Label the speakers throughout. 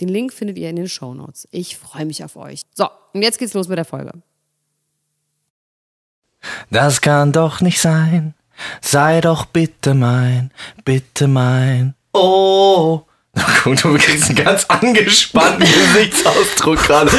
Speaker 1: Den Link findet ihr in den Shownotes. Ich freue mich auf euch. So, und jetzt geht's los mit der Folge.
Speaker 2: Das kann doch nicht sein. Sei doch bitte mein, bitte mein. Oh. Guck, du kriegst einen ganz angespannten Gesichtsausdruck gerade.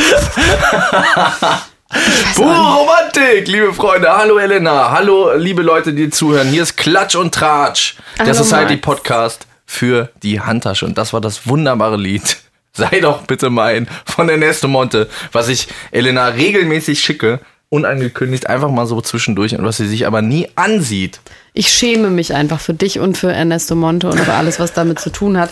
Speaker 2: Pure Romantik, liebe Freunde. Hallo Elena, hallo liebe Leute, die zuhören. Hier ist Klatsch und Tratsch, der
Speaker 1: Hallo,
Speaker 2: Society
Speaker 1: Max.
Speaker 2: Podcast für die Handtasche. Und das war das wunderbare Lied. Sei doch bitte mein von Ernesto Monte, was ich Elena regelmäßig schicke, unangekündigt, einfach mal so zwischendurch und was sie sich aber nie ansieht.
Speaker 1: Ich schäme mich einfach für dich und für Ernesto Monte und für alles, was damit zu tun hat.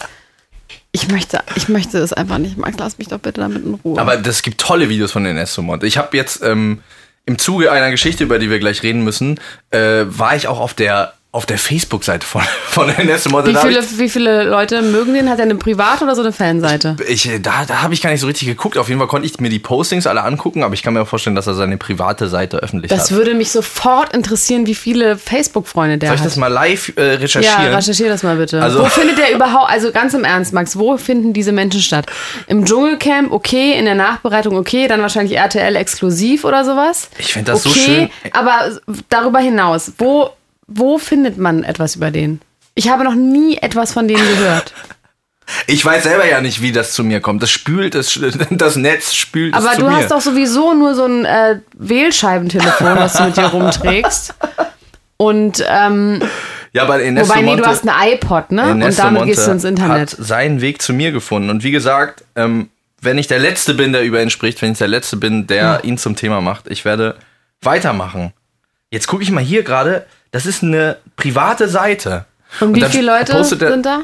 Speaker 1: Ich möchte, ich möchte es einfach nicht. Max, lass mich doch bitte damit in Ruhe.
Speaker 2: Aber es gibt tolle Videos von Ernesto Monte. Ich habe jetzt ähm, im Zuge einer Geschichte, über die wir gleich reden müssen, äh, war ich auch auf der auf der Facebook-Seite von, von Ernesto Monte.
Speaker 1: wie,
Speaker 2: Also Da hab
Speaker 1: viele, wie viele Leute mögen den? Hat er eine Privat- oder so eine Fanseite?
Speaker 2: ich, ich, da da habe ich gar nicht so richtig geguckt. Auf jeden Fall konnte ich mir die Postings alle angucken, aber ich kann mir auch vorstellen, dass er seine private Seite öffentlich
Speaker 1: Das
Speaker 2: hat.
Speaker 1: würde mich sofort interessieren, wie viele Facebook-Freunde der
Speaker 2: Soll ich
Speaker 1: hat.
Speaker 2: das mal live äh, recherchieren?
Speaker 1: Ja, recherchiere das mal bitte.
Speaker 2: Also-
Speaker 1: wo findet der überhaupt, also ganz im Ernst, Max, wo finden diese Menschen statt? Im Dschungelcamp, okay, in der Nachbereitung, okay, dann wahrscheinlich RTL exklusiv oder sowas.
Speaker 2: Ich find das so
Speaker 1: okay,
Speaker 2: schön.
Speaker 1: Aber darüber hinaus, wo, wo findet man etwas über den? Ich habe noch nie etwas von denen gehört.
Speaker 2: Ich weiß selber ja nicht, wie das zu mir kommt. Das spült es, das Netz spült
Speaker 1: Aber
Speaker 2: es zu
Speaker 1: du
Speaker 2: mir.
Speaker 1: hast doch sowieso nur so ein äh, Wählscheibentelefon, was du mit dir rumträgst. Und ähm,
Speaker 2: ja, aber Ernesto
Speaker 1: wobei, nee,
Speaker 2: Monte,
Speaker 1: du hast ein iPod, ne? Und
Speaker 2: Ernesto
Speaker 1: damit
Speaker 2: Monte
Speaker 1: gehst du ins Internet.
Speaker 2: hat seinen Weg zu mir gefunden. Und wie gesagt, ähm, wenn ich der Letzte bin, der über ihn spricht, wenn ich der Letzte bin, der ihn zum Thema macht, ich werde weitermachen. Jetzt gucke ich mal hier gerade, das ist eine private Seite.
Speaker 1: Und wie
Speaker 2: dann
Speaker 1: viele Leute
Speaker 2: postet er-
Speaker 1: sind da?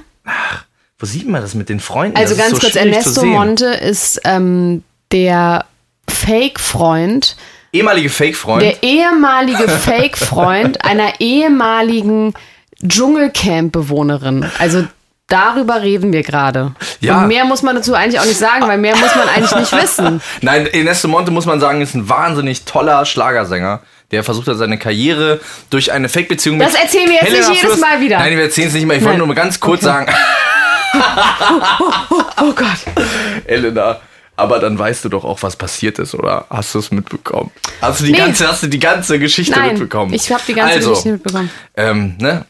Speaker 2: Wo sieht man das mit den Freunden?
Speaker 1: Also
Speaker 2: das
Speaker 1: ganz
Speaker 2: ist so
Speaker 1: kurz,
Speaker 2: schwierig zu
Speaker 1: Ernesto
Speaker 2: sehen.
Speaker 1: Monte ist ähm, der Fake-Freund,
Speaker 2: Ehemalige Fake-Freund.
Speaker 1: der ehemalige Fake-Freund einer ehemaligen Dschungelcamp-Bewohnerin. Also darüber reden wir gerade.
Speaker 2: Ja.
Speaker 1: Und mehr muss man dazu eigentlich auch nicht sagen, weil mehr muss man eigentlich nicht wissen.
Speaker 2: Nein, Ernesto Monte muss man sagen, ist ein wahnsinnig toller Schlagersänger. Der versucht hat, seine Karriere durch eine Fake-Beziehung mit.
Speaker 1: Das erzählen wir jetzt
Speaker 2: Helena
Speaker 1: nicht jedes
Speaker 2: Fürst-
Speaker 1: Mal wieder. Ne.
Speaker 2: Nein, wir erzählen es nicht mehr. Ich wollte
Speaker 1: Nein.
Speaker 2: nur mal ganz kurz sagen,
Speaker 1: Oh Gott.
Speaker 2: Elena, aber dann weißt du doch auch, was passiert ist, oder? Hast du es mitbekommen? Hast du die,
Speaker 1: Nee.
Speaker 2: ganze, hast du die ganze Geschichte
Speaker 1: Nein,
Speaker 2: mitbekommen?
Speaker 1: ich habe die ganze
Speaker 2: also,
Speaker 1: Geschichte mitbekommen.
Speaker 2: Ähm, ne?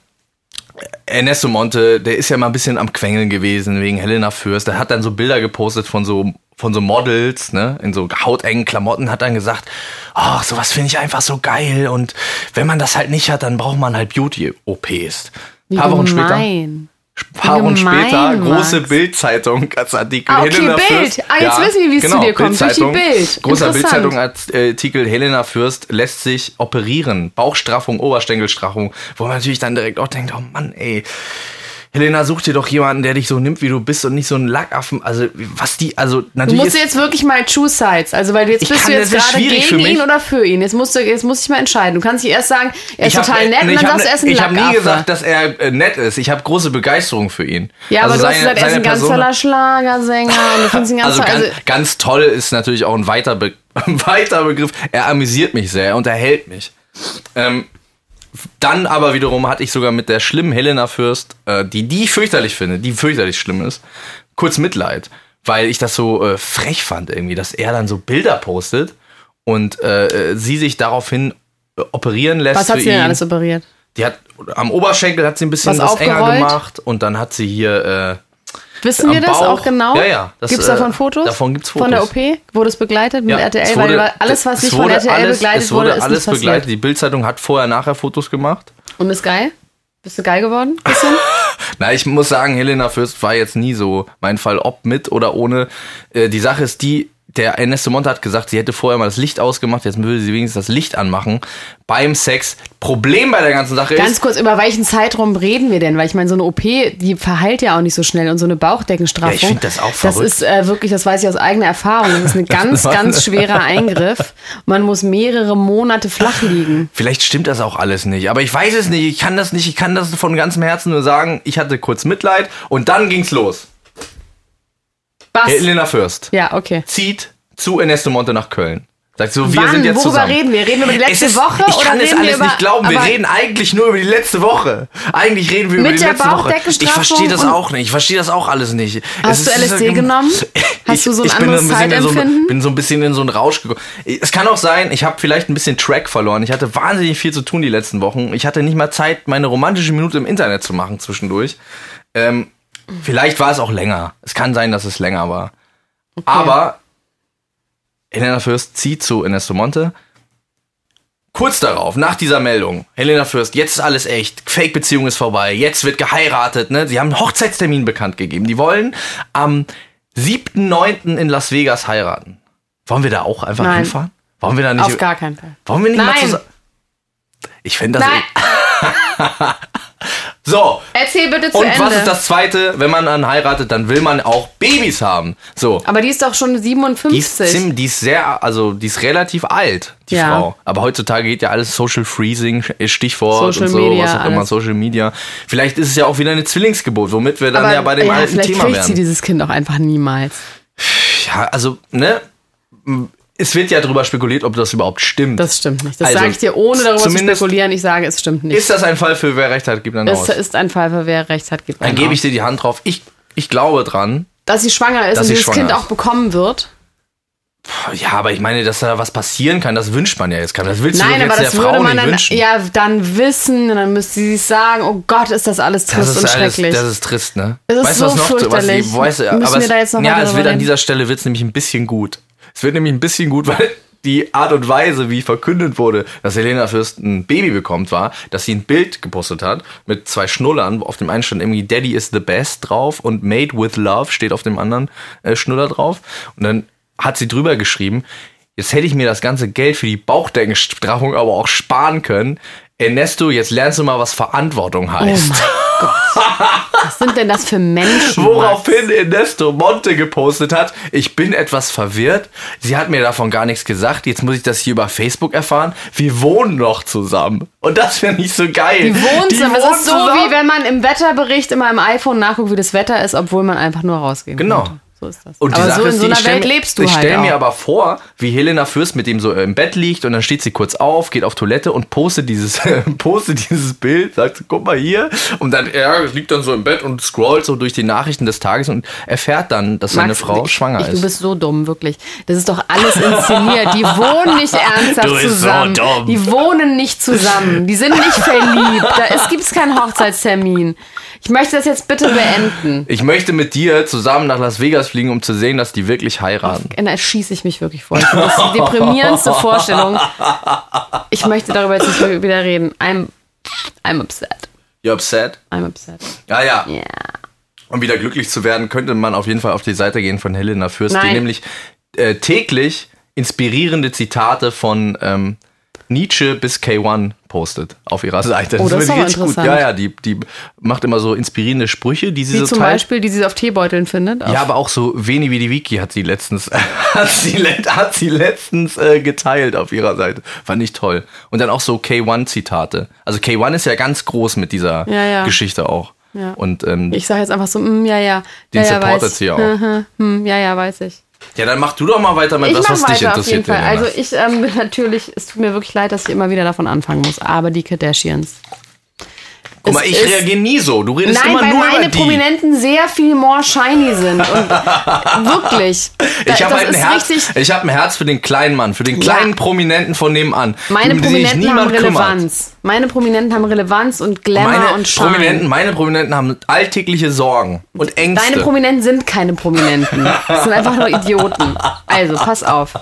Speaker 2: Ernesto Monte, der ist ja mal ein bisschen am Quengeln gewesen wegen Helena Fürst. Der hat dann so Bilder gepostet von so von so Models, ne, in so hautengen Klamotten, hat dann gesagt, ach, sowas finde ich einfach so geil und wenn man das halt nicht hat, dann braucht man halt Beauty-OPs. Ein paar Wochen später, ein
Speaker 1: Gemein.
Speaker 2: paar Wochen
Speaker 1: gemein,
Speaker 2: später, große
Speaker 1: Max.
Speaker 2: Bild-Zeitung als Artikel.
Speaker 1: Ah, okay,
Speaker 2: Helena
Speaker 1: Bild.
Speaker 2: Fürst, genau,
Speaker 1: Ah, jetzt wissen wir, wie es zu dir kommt. Durch die
Speaker 2: Bild-Zeitung.
Speaker 1: Bild.
Speaker 2: Großer
Speaker 1: Interessant.
Speaker 2: Bild-Zeitung als äh, Artikel Helena Fürst lässt sich operieren. Bauchstraffung, Oberschenkelstraffung, wo man natürlich dann direkt auch denkt, oh Mann, ey. Helena, such dir doch jemanden, der dich so nimmt, wie du bist und nicht so einen Lackaffen. Also, was die, also,
Speaker 1: Du
Speaker 2: natürlich
Speaker 1: musst
Speaker 2: ist,
Speaker 1: jetzt wirklich mal choose sides. Also, weil du jetzt
Speaker 2: Ich
Speaker 1: bist
Speaker 2: kann-
Speaker 1: du jetzt
Speaker 2: das ist
Speaker 1: gerade
Speaker 2: schwierig
Speaker 1: gegen
Speaker 2: für
Speaker 1: ihn
Speaker 2: mich.
Speaker 1: oder für ihn. Jetzt musst du, jetzt muss ich mal entscheiden. Du kannst nicht erst sagen, er ist
Speaker 2: ich hab-
Speaker 1: total nett
Speaker 2: nee,
Speaker 1: und
Speaker 2: ich
Speaker 1: dann
Speaker 2: hab
Speaker 1: darfst du
Speaker 2: ne-
Speaker 1: erst einen
Speaker 2: Ich habe nie
Speaker 1: Lackaffe.
Speaker 2: gesagt, dass er äh, nett ist. Ich habe große Begeisterung für ihn.
Speaker 1: Ja, aber
Speaker 2: Also
Speaker 1: du hast gesagt, er ist ein ganz
Speaker 2: Persona-
Speaker 1: toller Schlagersänger und du findest ihn ganz
Speaker 2: also
Speaker 1: toll.
Speaker 2: ganz,
Speaker 1: Also,
Speaker 2: ganz toll ist natürlich auch ein weiter, Be weiter Begriff. Er amüsiert mich sehr, er unterhält mich. Ähm, dann aber wiederum hatte ich sogar mit der schlimmen Helena Fürst, äh, die die ich fürchterlich finde, die fürchterlich schlimm ist, kurz Mitleid, weil ich das so äh, frech fand irgendwie, dass er dann so Bilder postet und äh, äh, sie sich daraufhin äh, operieren lässt.
Speaker 1: was hat
Speaker 2: für
Speaker 1: sie denn
Speaker 2: ihn.
Speaker 1: alles operiert?
Speaker 2: Die hat am Oberschenkel hat sie ein bisschen
Speaker 1: Was
Speaker 2: was, enger
Speaker 1: aufgerollt?
Speaker 2: gemacht und dann hat sie hier äh,
Speaker 1: Wissen
Speaker 2: Am
Speaker 1: wir das
Speaker 2: Bauch.
Speaker 1: auch genau?
Speaker 2: Ja, ja, das,
Speaker 1: Gibt es davon
Speaker 2: äh,
Speaker 1: Fotos?
Speaker 2: davon gibt's
Speaker 1: Von der OP?
Speaker 2: Fotos.
Speaker 1: Wurde es begleitet mit
Speaker 2: Ja,
Speaker 1: RTL?
Speaker 2: es
Speaker 1: weil alles, was
Speaker 2: es
Speaker 1: nicht von
Speaker 2: wurde
Speaker 1: RTL
Speaker 2: alles-
Speaker 1: begleitet
Speaker 2: es wurde,
Speaker 1: wurde, ist
Speaker 2: alles
Speaker 1: nicht passiert.
Speaker 2: begleitet. Die Bildzeitung hat vorher nachher Fotos gemacht.
Speaker 1: Und ist geil? Bist du geil geworden? Bisschen?
Speaker 2: Na, ich muss sagen, Helena Fürst war jetzt nie so mein Fall, ob mit oder ohne. Äh, die Sache ist die, der Ernesto Monte hat gesagt, sie hätte vorher mal das Licht ausgemacht, jetzt würde sie wenigstens das Licht anmachen beim Sex. Problem bei der ganzen Sache
Speaker 1: Ganz
Speaker 2: ist,
Speaker 1: kurz, über welchen Zeitraum reden wir denn? Weil ich meine, so eine OP, die verheilt ja auch nicht so schnell und so eine Bauchdeckenstraffung.
Speaker 2: Ja, ich find das auch
Speaker 1: Das
Speaker 2: verrückt.
Speaker 1: ist äh, wirklich, das weiß ich aus eigener Erfahrung, das ist ein ganz, ganz schwerer Eingriff. Man muss mehrere Monate flach liegen.
Speaker 2: vielleicht stimmt das auch alles nicht, aber ich weiß es nicht, ich kann das nicht, ich kann das von ganzem Herzen nur sagen, ich hatte kurz Mitleid und dann ging's los.
Speaker 1: Was?
Speaker 2: Helena Fürst
Speaker 1: Ja, okay.
Speaker 2: zieht zu Ernesto Monte nach Köln. Sagt so, wir
Speaker 1: Wann?
Speaker 2: sind jetzt
Speaker 1: Worüber
Speaker 2: zusammen.
Speaker 1: reden wir? Reden wir über die letzte
Speaker 2: Es ist,
Speaker 1: Woche?
Speaker 2: Ich kann
Speaker 1: oder
Speaker 2: es
Speaker 1: reden wir
Speaker 2: alles
Speaker 1: über,
Speaker 2: nicht glauben. Wir
Speaker 1: aber-
Speaker 2: reden eigentlich nur über die letzte Woche. Eigentlich reden wir über
Speaker 1: Mit
Speaker 2: die
Speaker 1: der
Speaker 2: letzte Woche. Ich
Speaker 1: Bauchdeckenstraffung
Speaker 2: verstehe das
Speaker 1: und-
Speaker 2: auch nicht. Ich verstehe das auch alles nicht.
Speaker 1: Hast
Speaker 2: Es
Speaker 1: du
Speaker 2: ist- es ist-
Speaker 1: LSD genommen? Hast
Speaker 2: ich,
Speaker 1: du so ein
Speaker 2: ich bin
Speaker 1: anderes
Speaker 2: so ein bisschen in so,
Speaker 1: Zeitempfinden?
Speaker 2: ein- bin so ein bisschen in so einen Rausch gekommen. Es kann auch sein, ich habe vielleicht ein bisschen Track verloren. Ich hatte wahnsinnig viel zu tun die letzten Wochen. Ich hatte nicht mal Zeit, meine romantische Minute im Internet zu machen zwischendurch. Ähm, vielleicht war es auch länger. Es kann sein, dass es länger war. Aber Helena Fürst zieht zu Ernesto Monte. Kurz darauf, nach dieser Meldung, Helena Fürst, jetzt ist alles echt, Fake-Beziehung ist vorbei, jetzt wird geheiratet, ne? Sie haben einen Hochzeitstermin bekannt gegeben. Die wollen am 7.9. in Las Vegas heiraten. Wollen wir da auch einfach
Speaker 1: Nein.
Speaker 2: hinfahren? Wollen wir da nicht.
Speaker 1: Auf gar keinen Fall.
Speaker 2: wollen wir nicht mal
Speaker 1: Nein.
Speaker 2: zusammen. Ich fände das.
Speaker 1: Nein,
Speaker 2: So,
Speaker 1: erzähl bitte zu
Speaker 2: und
Speaker 1: Ende.
Speaker 2: was ist das Zweite? Wenn man dann heiratet, dann will man auch Babys haben. So.
Speaker 1: Aber die ist doch schon
Speaker 2: Die ist,
Speaker 1: 57.
Speaker 2: ziem- die ist sehr, also die ist relativ alt, die
Speaker 1: Ja.
Speaker 2: Frau. Aber heutzutage geht ja alles Social Freezing, äh, Stichwort
Speaker 1: Social
Speaker 2: und so,
Speaker 1: Media,
Speaker 2: was auch immer,
Speaker 1: alles.
Speaker 2: Social Media. Vielleicht ist es ja auch wieder eine Zwillingsgeburt, womit wir dann
Speaker 1: aber
Speaker 2: ja bei dem alten
Speaker 1: vielleicht
Speaker 2: Thema
Speaker 1: kriegt sie
Speaker 2: wären.
Speaker 1: dieses Kind auch einfach niemals.
Speaker 2: Ja, also, ne? Es wird ja darüber spekuliert, ob das überhaupt stimmt.
Speaker 1: Das stimmt nicht. Das
Speaker 2: Also,
Speaker 1: sage ich dir, ohne darüber zu
Speaker 2: zumindest-
Speaker 1: spekulieren. Ich sage, es stimmt nicht.
Speaker 2: ist das ein Fall für wer recht hat, gibt dann
Speaker 1: Es
Speaker 2: aus.
Speaker 1: ist genau. ein Fall, für wer rechts hat, gibt
Speaker 2: Dann
Speaker 1: einen
Speaker 2: gebe
Speaker 1: aus.
Speaker 2: ich dir die Hand drauf. Ich, ich glaube dran.
Speaker 1: Dass sie schwanger ist
Speaker 2: Dass
Speaker 1: und
Speaker 2: sie
Speaker 1: dieses
Speaker 2: schwanger
Speaker 1: Kind
Speaker 2: ist.
Speaker 1: auch bekommen wird.
Speaker 2: Ja, aber ich meine, dass da was passieren kann, das wünscht man ja jetzt. Das willst du
Speaker 1: Nein,
Speaker 2: doch
Speaker 1: aber
Speaker 2: jetzt
Speaker 1: das
Speaker 2: der
Speaker 1: würde
Speaker 2: Frau
Speaker 1: man
Speaker 2: nicht
Speaker 1: dann,
Speaker 2: wünschen.
Speaker 1: ja, dann wissen und dann müsste sie sich sagen, oh Gott, ist das alles trist
Speaker 2: Das ist,
Speaker 1: und
Speaker 2: alles,
Speaker 1: schrecklich.
Speaker 2: das ist trist, ne?
Speaker 1: Es ist
Speaker 2: weißt du, was
Speaker 1: so
Speaker 2: noch
Speaker 1: fürchterlich.
Speaker 2: Was, die- weißt, du,
Speaker 1: Müssen
Speaker 2: aber
Speaker 1: wir
Speaker 2: es,
Speaker 1: da jetzt noch
Speaker 2: Ja,
Speaker 1: weiter
Speaker 2: es
Speaker 1: drüber
Speaker 2: wird an
Speaker 1: reden?
Speaker 2: dieser Stelle wird's nämlich ein bisschen gut. Es wird nämlich ein bisschen gut, weil die Art und Weise, wie verkündet wurde, dass Helena Fürst ein Baby bekommt, war, dass sie ein Bild gepostet hat mit zwei Schnullern. Auf dem einen stand irgendwie Daddy is the best drauf und Made with Love steht auf dem anderen äh, Schnuller drauf. Und dann hat sie drüber geschrieben, jetzt hätte ich mir das ganze Geld für die Bauchdeckenstraffung aber auch sparen können. Ernesto, jetzt lernst du mal, was
Speaker 1: Oh
Speaker 2: Verantwortung heißt.
Speaker 1: was sind denn das für Menschen?
Speaker 2: Woraufhin Ernesto Monte gepostet hat, ich bin etwas verwirrt. Sie hat mir davon gar nichts gesagt. Jetzt muss ich das hier über Facebook erfahren. Wir wohnen noch zusammen. Und das finde ich so geil.
Speaker 1: Die wohnt
Speaker 2: Die
Speaker 1: zusammen. Das
Speaker 2: wohnen
Speaker 1: ist so,
Speaker 2: zusammen.
Speaker 1: wie wenn man im Wetterbericht immer im iPhone nachguckt, wie das Wetter ist, obwohl man einfach nur rausgehen
Speaker 2: Genau.
Speaker 1: konnte. So ist das.
Speaker 2: Und die
Speaker 1: aber
Speaker 2: Sache
Speaker 1: so in
Speaker 2: ist,
Speaker 1: so
Speaker 2: die,
Speaker 1: einer
Speaker 2: ich stell
Speaker 1: Welt
Speaker 2: mir-
Speaker 1: lebst du
Speaker 2: Ich
Speaker 1: halt
Speaker 2: stelle mir
Speaker 1: auch.
Speaker 2: aber vor, wie Helena Fürst mit dem so äh, im Bett liegt und dann steht sie kurz auf, geht auf Toilette und postet dieses, postet dieses Bild, sagt, guck mal hier. Und dann, er liegt dann so im Bett und scrollt so durch die Nachrichten des Tages und erfährt dann, dass seine
Speaker 1: Max,
Speaker 2: Frau
Speaker 1: ich-
Speaker 2: schwanger
Speaker 1: ich,
Speaker 2: ist.
Speaker 1: Du bist so dumm, wirklich. Das ist doch alles inszeniert. Die wohnen nicht ernsthaft
Speaker 2: Du bist so
Speaker 1: zusammen.
Speaker 2: dumm.
Speaker 1: Die wohnen nicht zusammen. Die sind nicht verliebt. Da ist, gibt's keinen Hochzeitstermin. Ich möchte das jetzt bitte beenden.
Speaker 2: Ich möchte mit dir zusammen nach Las Vegas fliegen, um zu sehen, dass die wirklich heiraten.
Speaker 1: Und Da schieße ich mich wirklich vor. Ich finde Das ist die deprimierendste Vorstellung. Ich möchte darüber jetzt nicht wieder reden. I'm, I'm upset.
Speaker 2: You upset?
Speaker 1: I'm upset.
Speaker 2: Ja, ja.
Speaker 1: Yeah.
Speaker 2: Um wieder glücklich zu werden, könnte man auf jeden Fall auf die Seite gehen von Helena Fürst, die
Speaker 1: Nein.
Speaker 2: nämlich äh, täglich inspirierende Zitate von ähm, Nietzsche bis K1 postet auf ihrer Seite.
Speaker 1: Oh, das ist
Speaker 2: finde ich
Speaker 1: aber interessant.
Speaker 2: Ja, ja, die, die macht immer so inspirierende Sprüche, die sie
Speaker 1: Wie
Speaker 2: so
Speaker 1: zum
Speaker 2: teilt.
Speaker 1: Beispiel, die sie auf Teebeuteln findet. Auf
Speaker 2: Ja, aber auch so Veni Vidi Vici hat sie letztens, hat sie, let- hat sie letztens äh, geteilt auf ihrer Seite. Fand ich toll. Und dann auch so K1-Zitate. Also K1 ist ja ganz groß mit dieser
Speaker 1: Ja, ja.
Speaker 2: Geschichte auch.
Speaker 1: Ja.
Speaker 2: Und ähm,
Speaker 1: Ich sage jetzt einfach so, mm, ja, ja.
Speaker 2: den
Speaker 1: ja, ja,
Speaker 2: supportet
Speaker 1: weiß.
Speaker 2: sie ja auch.
Speaker 1: Mhm, hm, ja, ja, weiß ich.
Speaker 2: Ja, dann mach du doch mal weiter mit
Speaker 1: ich
Speaker 2: das,
Speaker 1: mache
Speaker 2: was dich
Speaker 1: weiter auf jeden
Speaker 2: interessiert.
Speaker 1: Fall.
Speaker 2: Elena.
Speaker 1: Also ich ähm, bin natürlich, es tut mir wirklich leid, dass ich immer wieder davon anfangen muss, aber die Kardashians.
Speaker 2: Guck mal,
Speaker 1: es
Speaker 2: ich
Speaker 1: ist-
Speaker 2: reagiere nie so. Du redest
Speaker 1: Nein,
Speaker 2: immer
Speaker 1: weil
Speaker 2: nur
Speaker 1: meine
Speaker 2: über die.
Speaker 1: Prominenten sehr viel more shiny sind. Und wirklich.
Speaker 2: ich
Speaker 1: das
Speaker 2: habe halt ein
Speaker 1: ist
Speaker 2: Herz.
Speaker 1: richtig.
Speaker 2: Ich habe ein Herz für den kleinen Mann, für den kleinen Prominenten von nebenan.
Speaker 1: Meine
Speaker 2: um den sich
Speaker 1: Prominenten haben
Speaker 2: niemand kümmert.
Speaker 1: Relevanz. Meine Prominenten haben Relevanz und Glamour
Speaker 2: Meine
Speaker 1: und Shine.
Speaker 2: Prominenten, meine Prominenten haben alltägliche Sorgen und Ängste.
Speaker 1: Deine Prominenten sind keine Prominenten. Das sind einfach nur Idioten. Also, pass auf.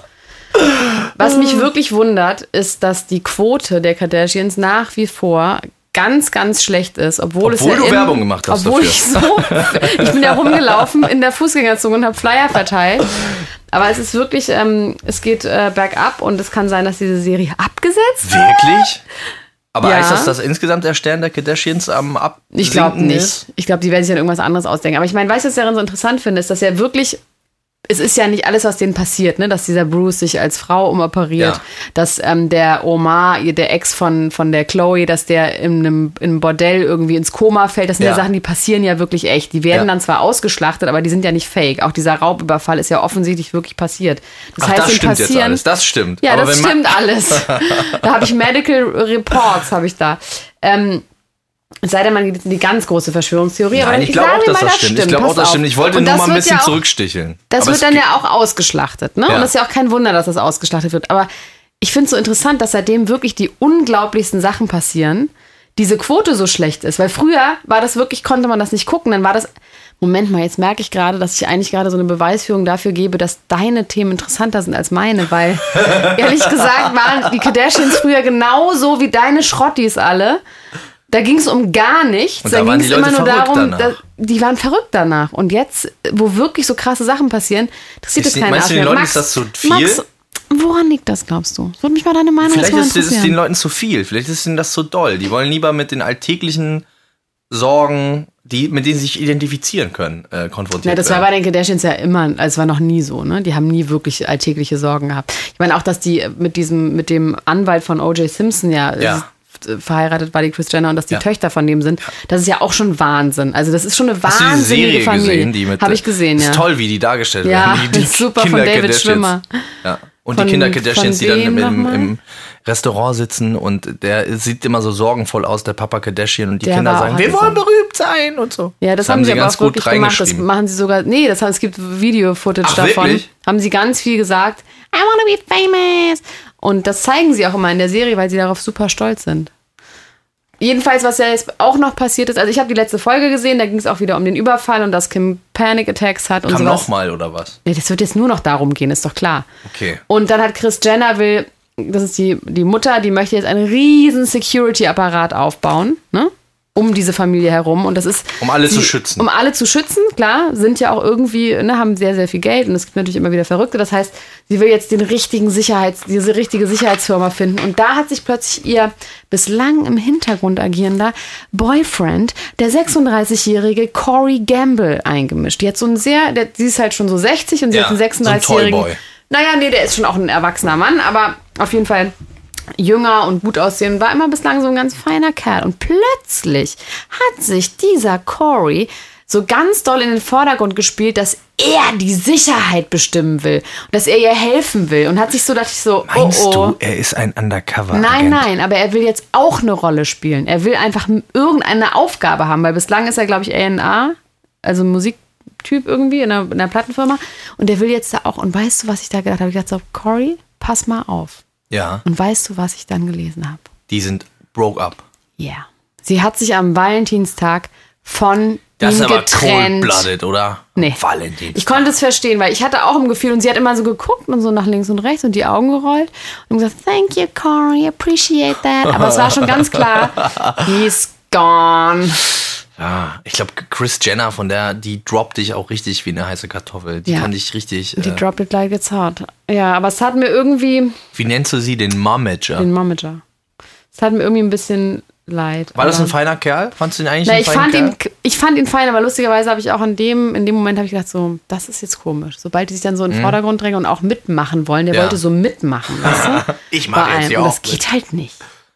Speaker 1: Was mich wirklich wundert, ist, dass die Quote der Kardashians nach wie vor ganz, ganz schlecht ist, obwohl, es
Speaker 2: Obwohl
Speaker 1: ja
Speaker 2: du
Speaker 1: im-
Speaker 2: Werbung gemacht hast
Speaker 1: obwohl
Speaker 2: dafür.
Speaker 1: ich so, ich bin ja rumgelaufen in der Fußgängerzone und habe Flyer verteilt. Aber es ist wirklich, ähm, es geht äh, bergab und es kann sein, dass diese Serie abgesetzt wird.
Speaker 2: Wirklich? Aber
Speaker 1: Ja.
Speaker 2: heißt das, dass insgesamt der Stern der Kardashians am Ab?
Speaker 1: Ich glaube
Speaker 2: Ist?
Speaker 1: nicht. Ich glaube, die werden sich dann irgendwas anderes ausdenken. Aber ich meine, weißt du, was ich daran so interessant finde, ist, dass ja wirklich, es ist ja nicht alles, was denen passiert, ne? dass dieser Bruce sich als Frau umoperiert,
Speaker 2: Ja.
Speaker 1: dass ähm, der Omar, ihr- der Ex von, von der Chloe, dass der in einem, in einem Bordell irgendwie ins Koma fällt. Das sind ja,
Speaker 2: Ja.
Speaker 1: Sachen, die passieren ja wirklich echt. Die werden
Speaker 2: Ja.
Speaker 1: dann zwar ausgeschlachtet, aber die sind ja nicht fake. Auch dieser Raubüberfall ist ja offensichtlich wirklich passiert. Das
Speaker 2: Ach,
Speaker 1: heißt,
Speaker 2: das
Speaker 1: denen
Speaker 2: stimmt jetzt
Speaker 1: passieren
Speaker 2: alles. Das stimmt.
Speaker 1: ja,
Speaker 2: Aber
Speaker 1: das
Speaker 2: wenn man-
Speaker 1: stimmt alles. da habe ich Medical Reports, habe ich da. Ähm, es sei denn, man geht jetzt in die ganz große Verschwörungstheorie.
Speaker 2: Nein, ich glaube
Speaker 1: sage
Speaker 2: auch,
Speaker 1: dir
Speaker 2: dass
Speaker 1: mal,
Speaker 2: das stimmt. Ich glaube
Speaker 1: Pass
Speaker 2: auch, das
Speaker 1: auf.
Speaker 2: stimmt. Ich wollte
Speaker 1: Und
Speaker 2: nur
Speaker 1: das
Speaker 2: mal ein
Speaker 1: wird
Speaker 2: bisschen
Speaker 1: ja auch,
Speaker 2: zurücksticheln.
Speaker 1: Das
Speaker 2: Aber
Speaker 1: wird
Speaker 2: es
Speaker 1: dann
Speaker 2: gibt-
Speaker 1: ja auch ausgeschlachtet, ne?
Speaker 2: Ja.
Speaker 1: Und das ist ja auch kein Wunder, dass das ausgeschlachtet wird. Aber ich finde es so interessant, dass seitdem wirklich die unglaublichsten Sachen passieren, diese Quote so schlecht ist. Weil früher war das wirklich, konnte man das nicht gucken. Dann war das. Moment mal, jetzt merke ich gerade, dass ich eigentlich gerade so eine Beweisführung dafür gebe, dass deine Themen interessanter sind als meine, weil ehrlich gesagt waren die Kardashians früher genauso wie deine Schrottis alle. Da ging es um gar nichts.
Speaker 2: Und da
Speaker 1: da
Speaker 2: waren
Speaker 1: ging es
Speaker 2: die Leute
Speaker 1: immer nur
Speaker 2: verrückt
Speaker 1: darum,
Speaker 2: danach.
Speaker 1: dass, die waren verrückt danach. Und jetzt, wo wirklich so krasse Sachen passieren, interessiert es
Speaker 2: Ist-
Speaker 1: keinen
Speaker 2: meinst
Speaker 1: Arsch
Speaker 2: du, den
Speaker 1: mehr.
Speaker 2: Leuten
Speaker 1: Max,
Speaker 2: ist das zu viel?
Speaker 1: Max, woran liegt das, glaubst du? Würde mich mal deine Meinung jetzt
Speaker 2: Vielleicht
Speaker 1: mal
Speaker 2: ist es den
Speaker 1: interessieren.
Speaker 2: Leuten zu viel. Vielleicht ist ihnen das zu doll. Die wollen lieber mit den alltäglichen Sorgen, die, mit denen sie sich identifizieren können, äh, konfrontiert
Speaker 1: Ja, das war
Speaker 2: werden.
Speaker 1: bei den Kardashians ja immer, also es war noch nie so, ne? Die haben nie wirklich alltägliche Sorgen gehabt. Ich meine auch, dass die mit diesem, mit dem Anwalt von O.J. Simpson ja,
Speaker 2: Ja.
Speaker 1: äh, verheiratet war, die Chris Jenner, und dass die
Speaker 2: Ja.
Speaker 1: Töchter von dem sind, das ist ja auch schon Wahnsinn. Also das ist schon eine
Speaker 2: Hast du diese
Speaker 1: wahnsinnige
Speaker 2: Serie
Speaker 1: Familie.
Speaker 2: gesehen, die mit.
Speaker 1: Habe ich gesehen, ja.
Speaker 2: Ist toll, wie die dargestellt
Speaker 1: Ja,
Speaker 2: werden. Die, die
Speaker 1: ist super von
Speaker 2: Kinder
Speaker 1: David
Speaker 2: Kardashians.
Speaker 1: Schwimmer.
Speaker 2: Ja. Und
Speaker 1: Von-
Speaker 2: die Kinder Kardashians,
Speaker 1: von
Speaker 2: die dann
Speaker 1: dem
Speaker 2: im, im,
Speaker 1: nochmal?
Speaker 2: im Restaurant sitzen und der sieht immer so sorgenvoll aus, der Papa Kardashian. Und die
Speaker 1: Der
Speaker 2: Kinder
Speaker 1: war
Speaker 2: sagen,
Speaker 1: auch-
Speaker 2: wir wollen berühmt sein und so.
Speaker 1: Ja, das, haben, sie aber auch wirklich gemacht. Das machen sie sogar. Nee, das haben, es gibt Video-Footage
Speaker 2: Ach,
Speaker 1: davon.
Speaker 2: wirklich?
Speaker 1: Haben sie ganz viel gesagt. I wanna be famous. Und das zeigen sie auch immer in der Serie, weil sie darauf super stolz sind. Jedenfalls, was ja jetzt auch noch passiert ist, also ich habe die letzte Folge gesehen, da ging es auch wieder um den Überfall und dass Kim Panic Attacks hat und
Speaker 2: Kam
Speaker 1: sowas.
Speaker 2: nochmal oder was?
Speaker 1: Nee, das wird jetzt nur noch darum gehen, ist doch klar.
Speaker 2: Okay.
Speaker 1: Und dann hat Chris Jenner will, das ist die, die Mutter, die möchte jetzt einen riesen Security-Apparat aufbauen, ne? Um diese Familie herum. Und das ist.
Speaker 2: Um alle
Speaker 1: sie,
Speaker 2: zu schützen.
Speaker 1: Um alle zu schützen, klar, sind ja auch irgendwie, ne, haben sehr, sehr viel Geld und es gibt natürlich immer wieder Verrückte. Das heißt, sie will jetzt den richtigen Sicherheits, diese richtige Sicherheitsfirma finden. Und da hat sich plötzlich ihr bislang im Hintergrund agierender Boyfriend, der 36-jährige Corey Gamble, eingemischt. Die hat so einen sehr, der, sie ist halt schon so 60 und sie hat
Speaker 2: Ja,
Speaker 1: einen
Speaker 2: so ein
Speaker 1: 36-jährigen.
Speaker 2: Toyboy.
Speaker 1: Naja, nee, der ist schon auch ein erwachsener Mann, aber auf jeden Fall jünger und gut aussehend, war immer bislang so ein ganz feiner Kerl. Und plötzlich hat sich dieser Corey so ganz doll in den Vordergrund gespielt, dass er die Sicherheit bestimmen will und dass er ihr helfen will. Und hat sich so, dachte ich so,
Speaker 2: Meinst
Speaker 1: oh, oh.
Speaker 2: du, er ist ein undercover
Speaker 1: Nein, nein, aber er will jetzt auch eine Rolle spielen. Er will einfach m- irgendeine Aufgabe haben, weil bislang ist er, glaube ich, A&A, also Musiktyp irgendwie in einer, in einer Plattenfirma. Und der will jetzt da auch. Und weißt du, was ich da gedacht habe? Ich dachte so, Corey, pass mal auf.
Speaker 2: Ja,
Speaker 1: Und weißt du, was ich dann gelesen habe?
Speaker 2: die sind broke up.
Speaker 1: Ja. Sie hat sich am Valentinstag von
Speaker 2: Das ist
Speaker 1: ihm
Speaker 2: aber
Speaker 1: getrennt.
Speaker 2: cold-blooded, oder?
Speaker 1: Nee.
Speaker 2: Valentin.
Speaker 1: Ich konnte es verstehen, weil ich hatte auch im Gefühl und sie hat immer so geguckt und so nach links und rechts und die Augen gerollt und gesagt, thank you, Corey, appreciate that. Aber es war schon ganz klar, he's gone.
Speaker 2: Ja, ich glaube, Chris Jenner von der, die droppt dich auch richtig wie eine heiße Kartoffel. Die
Speaker 1: Ja.
Speaker 2: kann dich richtig.
Speaker 1: Die
Speaker 2: Äh,
Speaker 1: dropped it like it's hot. Ja, aber es hat mir irgendwie
Speaker 2: wie nennst du sie? Den Momager.
Speaker 1: den Momager. Es hat mir irgendwie ein bisschen leid.
Speaker 2: War das
Speaker 1: aber-
Speaker 2: ein feiner Kerl? Fandst du ihn eigentlich
Speaker 1: Na,
Speaker 2: einen
Speaker 1: ich,
Speaker 2: feinen
Speaker 1: fand
Speaker 2: Kerl?
Speaker 1: ihn, ich fand ihn fein, aber lustigerweise habe ich auch in dem, in dem Moment habe ich gedacht, so, das ist jetzt komisch. Sobald die sich dann so in den Vordergrund drängen und auch mitmachen wollen, der
Speaker 2: Mhm. Ja.
Speaker 1: wollte so mitmachen, weißt du?
Speaker 2: Ich mach
Speaker 1: Bei
Speaker 2: jetzt
Speaker 1: allem.
Speaker 2: hier
Speaker 1: Und
Speaker 2: auch
Speaker 1: das geht halt nicht.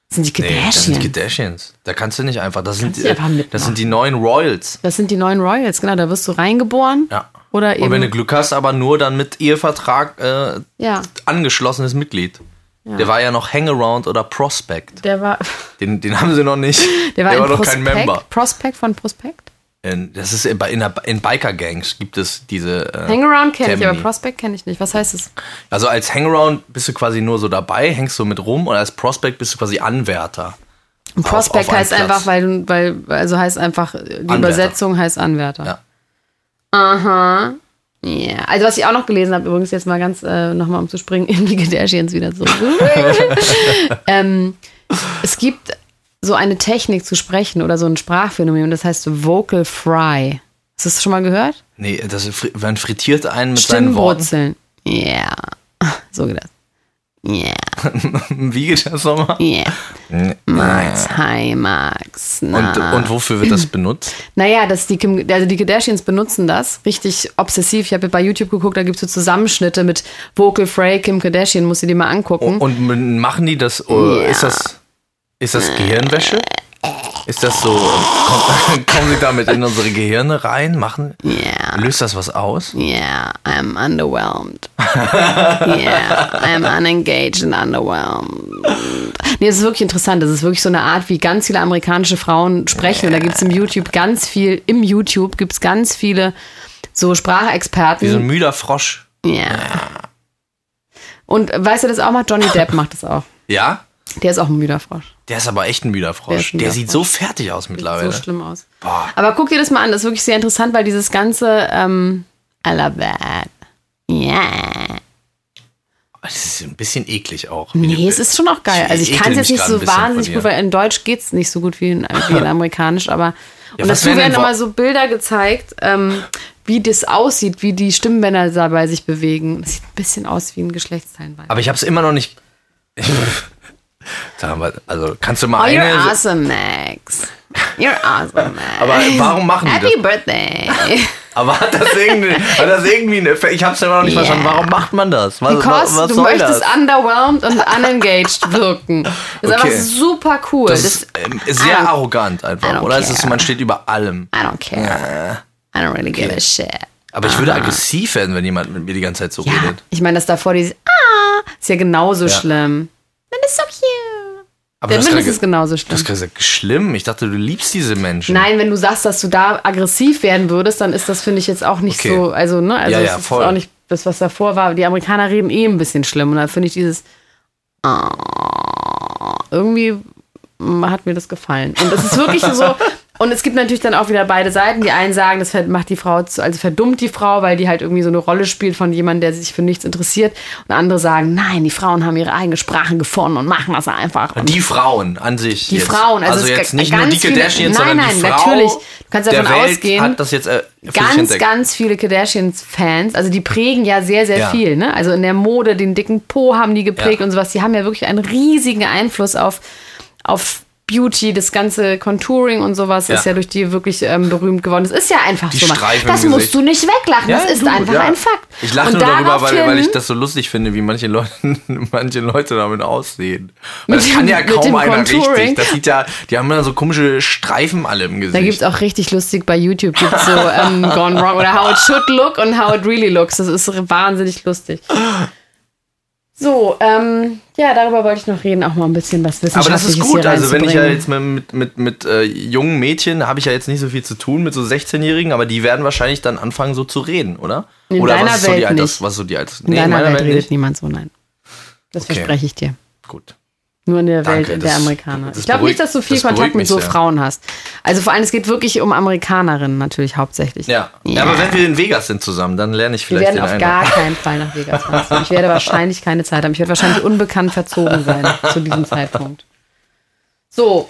Speaker 1: Das sind die
Speaker 2: Nee, das
Speaker 1: Kardashians.
Speaker 2: sind Kardashians. Da kannst du nicht einfach. Das sind,
Speaker 1: Kannst du einfach
Speaker 2: äh,
Speaker 1: mitmachen.
Speaker 2: das sind die neuen Royals.
Speaker 1: das sind die neuen Royals, genau. Da wirst du reingeboren.
Speaker 2: Ja.
Speaker 1: Oder
Speaker 2: Und wenn du
Speaker 1: eben.
Speaker 2: Glück hast, aber nur dann mit Ehevertrag äh,
Speaker 1: Ja,
Speaker 2: angeschlossenes Mitglied. Der war ja noch Hangaround oder Prospect.
Speaker 1: der war,
Speaker 2: Den, den haben sie noch nicht.
Speaker 1: der war, in
Speaker 2: noch
Speaker 1: Prospekt,
Speaker 2: kein Member.
Speaker 1: Prospect von Prospekt.
Speaker 2: In, das ist in, bei- in, der, in Biker Gangs gibt es diese. Äh,
Speaker 1: Hangaround kenne ich,
Speaker 2: Termini.
Speaker 1: aber Prospect kenne ich nicht. Was heißt es?
Speaker 2: Also als Hangaround bist du quasi nur so dabei, hängst so mit rum und als Prospect bist du quasi Anwärter.
Speaker 1: Und
Speaker 2: Auf-
Speaker 1: Prospect
Speaker 2: auf einen
Speaker 1: heißt
Speaker 2: Platz.
Speaker 1: einfach, weil, du- weil, also heißt einfach, die Übersetzung heißt Anwärter.
Speaker 2: Ja.
Speaker 1: Aha. Ja, also was ich auch noch gelesen habe, übrigens jetzt mal ganz äh, nochmal umzuspringen in die Kardashians wieder so. ähm, es gibt so eine Technik zu sprechen oder so ein Sprachphänomen, das heißt Vocal Fry. Hast du das schon mal gehört?
Speaker 2: Nee, das, ist fri- man frittiert einen mit seinen Worten.
Speaker 1: Stimmbruzeln. Ja. So geht das. Ja,
Speaker 2: Wie geht das nochmal?
Speaker 1: ja. Max, hi Max. Na.
Speaker 2: Und, und wofür wird das benutzt?
Speaker 1: Naja, dass die, Kim, also die Kardashians benutzen das richtig obsessiv. Ich habe bei YouTube geguckt, da gibt es so Zusammenschnitte mit Vocal Fry, Kim Kardashian, musst du dir mal angucken.
Speaker 2: Und m- machen die das? äh, Ist das ist das Gehirnwäsche? Ist das so? Komm, kommen sie damit in unsere Gehirne rein? Machen?
Speaker 1: Ja.
Speaker 2: Löst das was aus?
Speaker 1: Yeah, I'm underwhelmed. yeah, I'm unengaged and underwhelmed. Nee, es ist wirklich interessant. Das ist wirklich so eine Art, wie ganz viele amerikanische Frauen sprechen. Und da gibt es im YouTube ganz viel, im YouTube gibt es ganz viele so
Speaker 2: Wie so ein
Speaker 1: Sprachexperten.
Speaker 2: müder Frosch.
Speaker 1: Yeah. Und äh, weißt du, das auch macht? Johnny Depp macht das auch.
Speaker 2: Ja?
Speaker 1: Der ist auch ein müder Frosch.
Speaker 2: Der ist aber echt ein müder Frosch. Der,
Speaker 1: Der ist ein müder
Speaker 2: sieht so fertig aus mittlerweile.
Speaker 1: So schlimm aus.
Speaker 2: Boah.
Speaker 1: Aber guck dir das mal an, das ist wirklich sehr interessant, weil dieses ganze ähm, I love that. Yeah.
Speaker 2: Das ist ein bisschen eklig auch.
Speaker 1: Nee, es ist schon auch geil.
Speaker 2: Ich
Speaker 1: Also ich
Speaker 2: ekel
Speaker 1: kann es jetzt
Speaker 2: mich
Speaker 1: nicht
Speaker 2: gerade ein
Speaker 1: so
Speaker 2: bisschen von
Speaker 1: wahnsinnig
Speaker 2: dir.
Speaker 1: gut, weil in Deutsch geht es nicht so gut wie in, wie in Amerikanisch, aber
Speaker 2: Ja,
Speaker 1: und
Speaker 2: was
Speaker 1: dazu
Speaker 2: wären
Speaker 1: werden
Speaker 2: denn
Speaker 1: immer
Speaker 2: Wo-
Speaker 1: so Bilder gezeigt, ähm, wie das aussieht, wie die Stimmbänder dabei sich bewegen. Das sieht ein bisschen aus wie ein Geschlechtsteilenbein.
Speaker 2: Aber ich hab's immer noch nicht. Sag mal, also kannst du mal
Speaker 1: Oh, you're
Speaker 2: eine.
Speaker 1: awesome, Max. You're awesome, Max.
Speaker 2: Aber warum machen die das?
Speaker 1: Happy birthday.
Speaker 2: Aber hat das irgendwie, hat das irgendwie einen Effekt? Ich hab's immer noch nicht
Speaker 1: Ja.
Speaker 2: verstanden. Warum macht man das? Was,
Speaker 1: Because
Speaker 2: was
Speaker 1: du
Speaker 2: soll
Speaker 1: möchtest
Speaker 2: das?
Speaker 1: underwhelmed und unengaged wirken. Das ist
Speaker 2: Okay.
Speaker 1: einfach super cool.
Speaker 2: Das ist ähm, sehr
Speaker 1: I don't-
Speaker 2: arrogant
Speaker 1: I
Speaker 2: einfach.
Speaker 1: don't
Speaker 2: Oder es ist,
Speaker 1: care. Ah.
Speaker 2: man steht über allem.
Speaker 1: I don't care. I don't really give a shit.
Speaker 2: Aber ich würde aggressiv werden, wenn jemand mit mir die ganze Zeit so
Speaker 1: Ja,
Speaker 2: redet.
Speaker 1: ich meine, das davor dieses Ah ist ja genauso schlimm. Man ist so cute.
Speaker 2: Aber
Speaker 1: Der
Speaker 2: du hast gerade
Speaker 1: Mindest ist
Speaker 2: ge-
Speaker 1: genauso
Speaker 2: du hast
Speaker 1: schlimm.
Speaker 2: gerade gesagt, schlimm. Ich dachte, du liebst diese Menschen.
Speaker 1: Nein, wenn du sagst, dass du da aggressiv werden würdest, dann ist das, finde ich, jetzt auch nicht
Speaker 2: Okay.
Speaker 1: so. Also, ne, also
Speaker 2: Ja,
Speaker 1: das
Speaker 2: ja,
Speaker 1: ist
Speaker 2: voll.
Speaker 1: auch nicht das, was davor war. Die Amerikaner reden eh ein bisschen schlimm. Und da finde ich dieses Ah, irgendwie mm, hat mir das gefallen. Und das ist wirklich so. Und es gibt natürlich dann auch wieder beide Seiten. Die einen sagen, das ver- macht die Frau zu, also verdummt die Frau, weil die halt irgendwie so eine Rolle spielt von jemandem, der sich für nichts interessiert. Und andere sagen, nein, die Frauen haben ihre eigene Sprache gefunden und machen das einfach. Und
Speaker 2: Die Frauen an sich.
Speaker 1: die
Speaker 2: jetzt.
Speaker 1: Frauen, also, es
Speaker 2: jetzt
Speaker 1: g-
Speaker 2: nicht
Speaker 1: ganz
Speaker 2: nur die
Speaker 1: viele-
Speaker 2: Kardashians,
Speaker 1: nein,
Speaker 2: sondern
Speaker 1: nein,
Speaker 2: die Frau
Speaker 1: natürlich. Du kannst davon
Speaker 2: der Welt
Speaker 1: ausgehen,
Speaker 2: hat das jetzt äh, für sich
Speaker 1: ganz,
Speaker 2: entdeckt.
Speaker 1: ganz viele Kardashians-Fans, also die prägen ja sehr, sehr
Speaker 2: Ja.
Speaker 1: viel. Ne? Also in der Mode, den dicken Po haben die geprägt
Speaker 2: Ja.
Speaker 1: und sowas. Die haben ja wirklich einen riesigen Einfluss auf, auf Beauty. Das ganze Contouring und sowas
Speaker 2: Ja.
Speaker 1: ist ja durch die wirklich ähm, berühmt geworden. Das ist ja einfach
Speaker 2: Die
Speaker 1: so. Max.
Speaker 2: Streifen im
Speaker 1: Das musst
Speaker 2: Gesicht.
Speaker 1: du nicht weglachen. das ist
Speaker 2: du,
Speaker 1: einfach
Speaker 2: ja.
Speaker 1: ein Fakt.
Speaker 2: Ich lache
Speaker 1: Und
Speaker 2: nur darüber, weil, weil ich
Speaker 1: daraufhin-
Speaker 2: das so lustig finde, wie manche Leute, manche Leute damit aussehen. Weil
Speaker 1: Mit
Speaker 2: das kann
Speaker 1: dem-
Speaker 2: ja
Speaker 1: mit
Speaker 2: kaum
Speaker 1: dem
Speaker 2: einer
Speaker 1: Contouring.
Speaker 2: richtig. Das sieht ja, die haben ja so komische Streifen alle im Gesicht.
Speaker 1: Da gibt es auch richtig lustig bei YouTube, gibt's so ähm, Gone Wrong oder How It Should Look und How It Really Looks. Das ist wahnsinnig lustig. So, ähm, ja, darüber wollte ich noch reden, auch mal ein bisschen was
Speaker 2: aber das
Speaker 1: Wissenschaftliches
Speaker 2: ist gut,
Speaker 1: hier
Speaker 2: also wenn ich ja
Speaker 1: reinzubringen.
Speaker 2: jetzt mit, mit, mit, mit äh, jungen Mädchen habe ich ja jetzt nicht so viel zu tun mit so 16-Jährigen, aber die werden wahrscheinlich dann anfangen so zu reden, oder?
Speaker 1: In
Speaker 2: oder
Speaker 1: deiner
Speaker 2: was ist so die
Speaker 1: Welt
Speaker 2: Alters,
Speaker 1: nicht.
Speaker 2: was ist so die Alters,
Speaker 1: in
Speaker 2: nee,
Speaker 1: deiner Welt redet
Speaker 2: nicht.
Speaker 1: niemand so, nein. Das
Speaker 2: Okay.
Speaker 1: verspreche ich dir.
Speaker 2: Gut.
Speaker 1: Nur in der
Speaker 2: Danke,
Speaker 1: Welt
Speaker 2: das-
Speaker 1: der Amerikaner.
Speaker 2: das
Speaker 1: Ich glaube nicht,
Speaker 2: beruhigt-
Speaker 1: dass du viel
Speaker 2: das beruhigt
Speaker 1: Kontakt mit
Speaker 2: mich
Speaker 1: so
Speaker 2: sehr.
Speaker 1: Frauen hast. Also vor allem, es geht wirklich um Amerikanerinnen natürlich hauptsächlich.
Speaker 2: Ja. ja, aber wenn wir in Vegas sind zusammen, dann lerne ich
Speaker 1: Wir werden
Speaker 2: vielleicht den
Speaker 1: auf
Speaker 2: einen.
Speaker 1: gar keinen Fall nach Vegas fahren. Ich werde wahrscheinlich keine Zeit haben. Ich werde wahrscheinlich unbekannt verzogen sein zu diesem Zeitpunkt. So,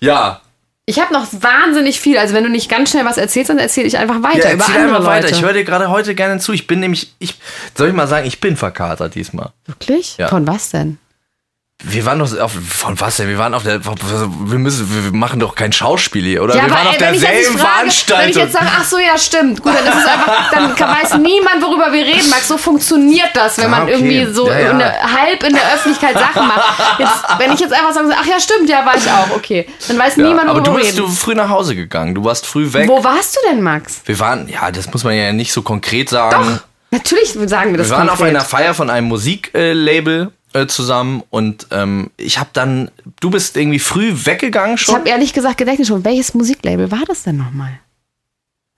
Speaker 2: Ja,
Speaker 1: ich habe noch wahnsinnig viel. Also wenn du nicht ganz schnell was erzählst, dann erzähle ich einfach weiter
Speaker 2: ja,
Speaker 1: über
Speaker 2: erzähl
Speaker 1: andere
Speaker 2: einfach weiter.
Speaker 1: Leute.
Speaker 2: Ich höre dir gerade heute gerne zu. Ich bin nämlich, ich soll ich mal sagen, ich bin verkatert diesmal.
Speaker 1: Wirklich?
Speaker 2: Ja.
Speaker 1: Von was denn?
Speaker 2: Wir waren doch auf von was denn? Wir waren auf der wir müssen wir machen doch kein Schauspiel hier, oder? wir waren auf
Speaker 1: wenn ich jetzt
Speaker 2: derselben
Speaker 1: nicht frage,
Speaker 2: Veranstaltung.
Speaker 1: Wenn ich jetzt sage, ach so, ja, stimmt. Gut, dann ist es einfach, dann kann- weiß niemand, worüber wir reden. Max, so funktioniert das, wenn
Speaker 2: Ah,
Speaker 1: man
Speaker 2: okay.
Speaker 1: irgendwie so
Speaker 2: Ja, ja.
Speaker 1: In der, halb in der Öffentlichkeit Sachen macht. Jetzt, wenn ich jetzt einfach sage, ach ja, stimmt, ja, war ich auch, okay. Dann weiß
Speaker 2: ja,
Speaker 1: niemand,
Speaker 2: aber
Speaker 1: worüber
Speaker 2: du
Speaker 1: wir
Speaker 2: bist
Speaker 1: reden.
Speaker 2: du früh nach Hause gegangen. Du warst früh weg.
Speaker 1: Wo warst du denn, Max?
Speaker 2: Wir waren, ja, das muss man ja nicht so konkret sagen.
Speaker 1: Doch, natürlich sagen wir das
Speaker 2: Wir waren auf
Speaker 1: konkret.
Speaker 2: einer Feier von einem Musiklabel äh, Label, äh, zusammen und ähm, ich habe dann, du bist irgendwie früh weggegangen
Speaker 1: Ich
Speaker 2: schon.
Speaker 1: habe ehrlich gesagt gedächtnis schon, welches Musiklabel war das denn nochmal?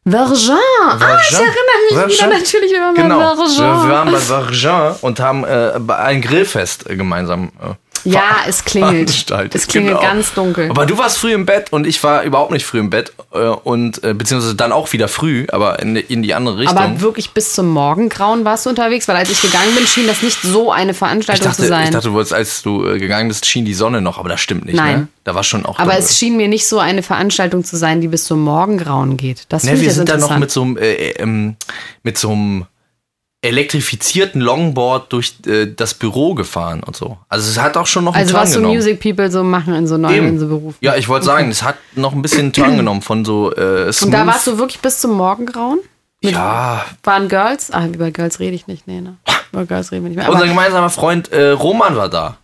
Speaker 1: Vergin. Ah, ich
Speaker 2: Vergin.
Speaker 1: erinnere mich
Speaker 2: Vergin.
Speaker 1: wieder natürlich über mein
Speaker 2: Genau.
Speaker 1: Vergin.
Speaker 2: Wir, wir waren bei Vergin und haben äh, bei ein Grillfest äh, gemeinsam. Äh,
Speaker 1: Ja, es klingelt.
Speaker 2: veranstaltet.
Speaker 1: Es klingelt
Speaker 2: Genau.
Speaker 1: ganz dunkel.
Speaker 2: Aber du warst früh im Bett und ich war überhaupt nicht früh im Bett äh, und äh, beziehungsweise dann auch wieder früh, aber in, in die andere Richtung.
Speaker 1: Aber wirklich bis zum Morgengrauen warst du unterwegs, weil als ich gegangen bin, schien das nicht so eine
Speaker 2: ich
Speaker 1: Veranstaltung
Speaker 2: dachte,
Speaker 1: zu sein.
Speaker 2: ich dachte, du wolltest, als du äh, gegangen bist, schien die Sonne noch, aber das stimmt nicht.
Speaker 1: Nein.
Speaker 2: Ne? Da war schon auch.
Speaker 1: aber
Speaker 2: dunkel.
Speaker 1: es schien mir nicht so eine Veranstaltung zu sein, die bis zum Morgengrauen geht. Das
Speaker 2: ne,
Speaker 1: finde ich
Speaker 2: wir
Speaker 1: jetzt
Speaker 2: sind dann noch
Speaker 1: interessant.
Speaker 2: mit so einem, äh, äh, ähm, mit so einem elektrifizierten Longboard durch äh, das Büro gefahren und so. Also es hat auch schon noch
Speaker 1: also
Speaker 2: einen Turn
Speaker 1: was so
Speaker 2: genommen.
Speaker 1: Music People so machen in so neuen in so Berufen.
Speaker 2: Ja, ich wollte sagen, es hat noch ein bisschen einen Turn genommen von so äh, Smooth.
Speaker 1: Und da warst du wirklich bis zum Morgengrauen? Mit
Speaker 2: ja,
Speaker 1: Waren Girls? Ah, über Girls rede ich nicht. Nee, ne. Über Girls reden wir nicht mehr.
Speaker 2: unser
Speaker 1: Aber,
Speaker 2: gemeinsamer Freund äh, Roman war da.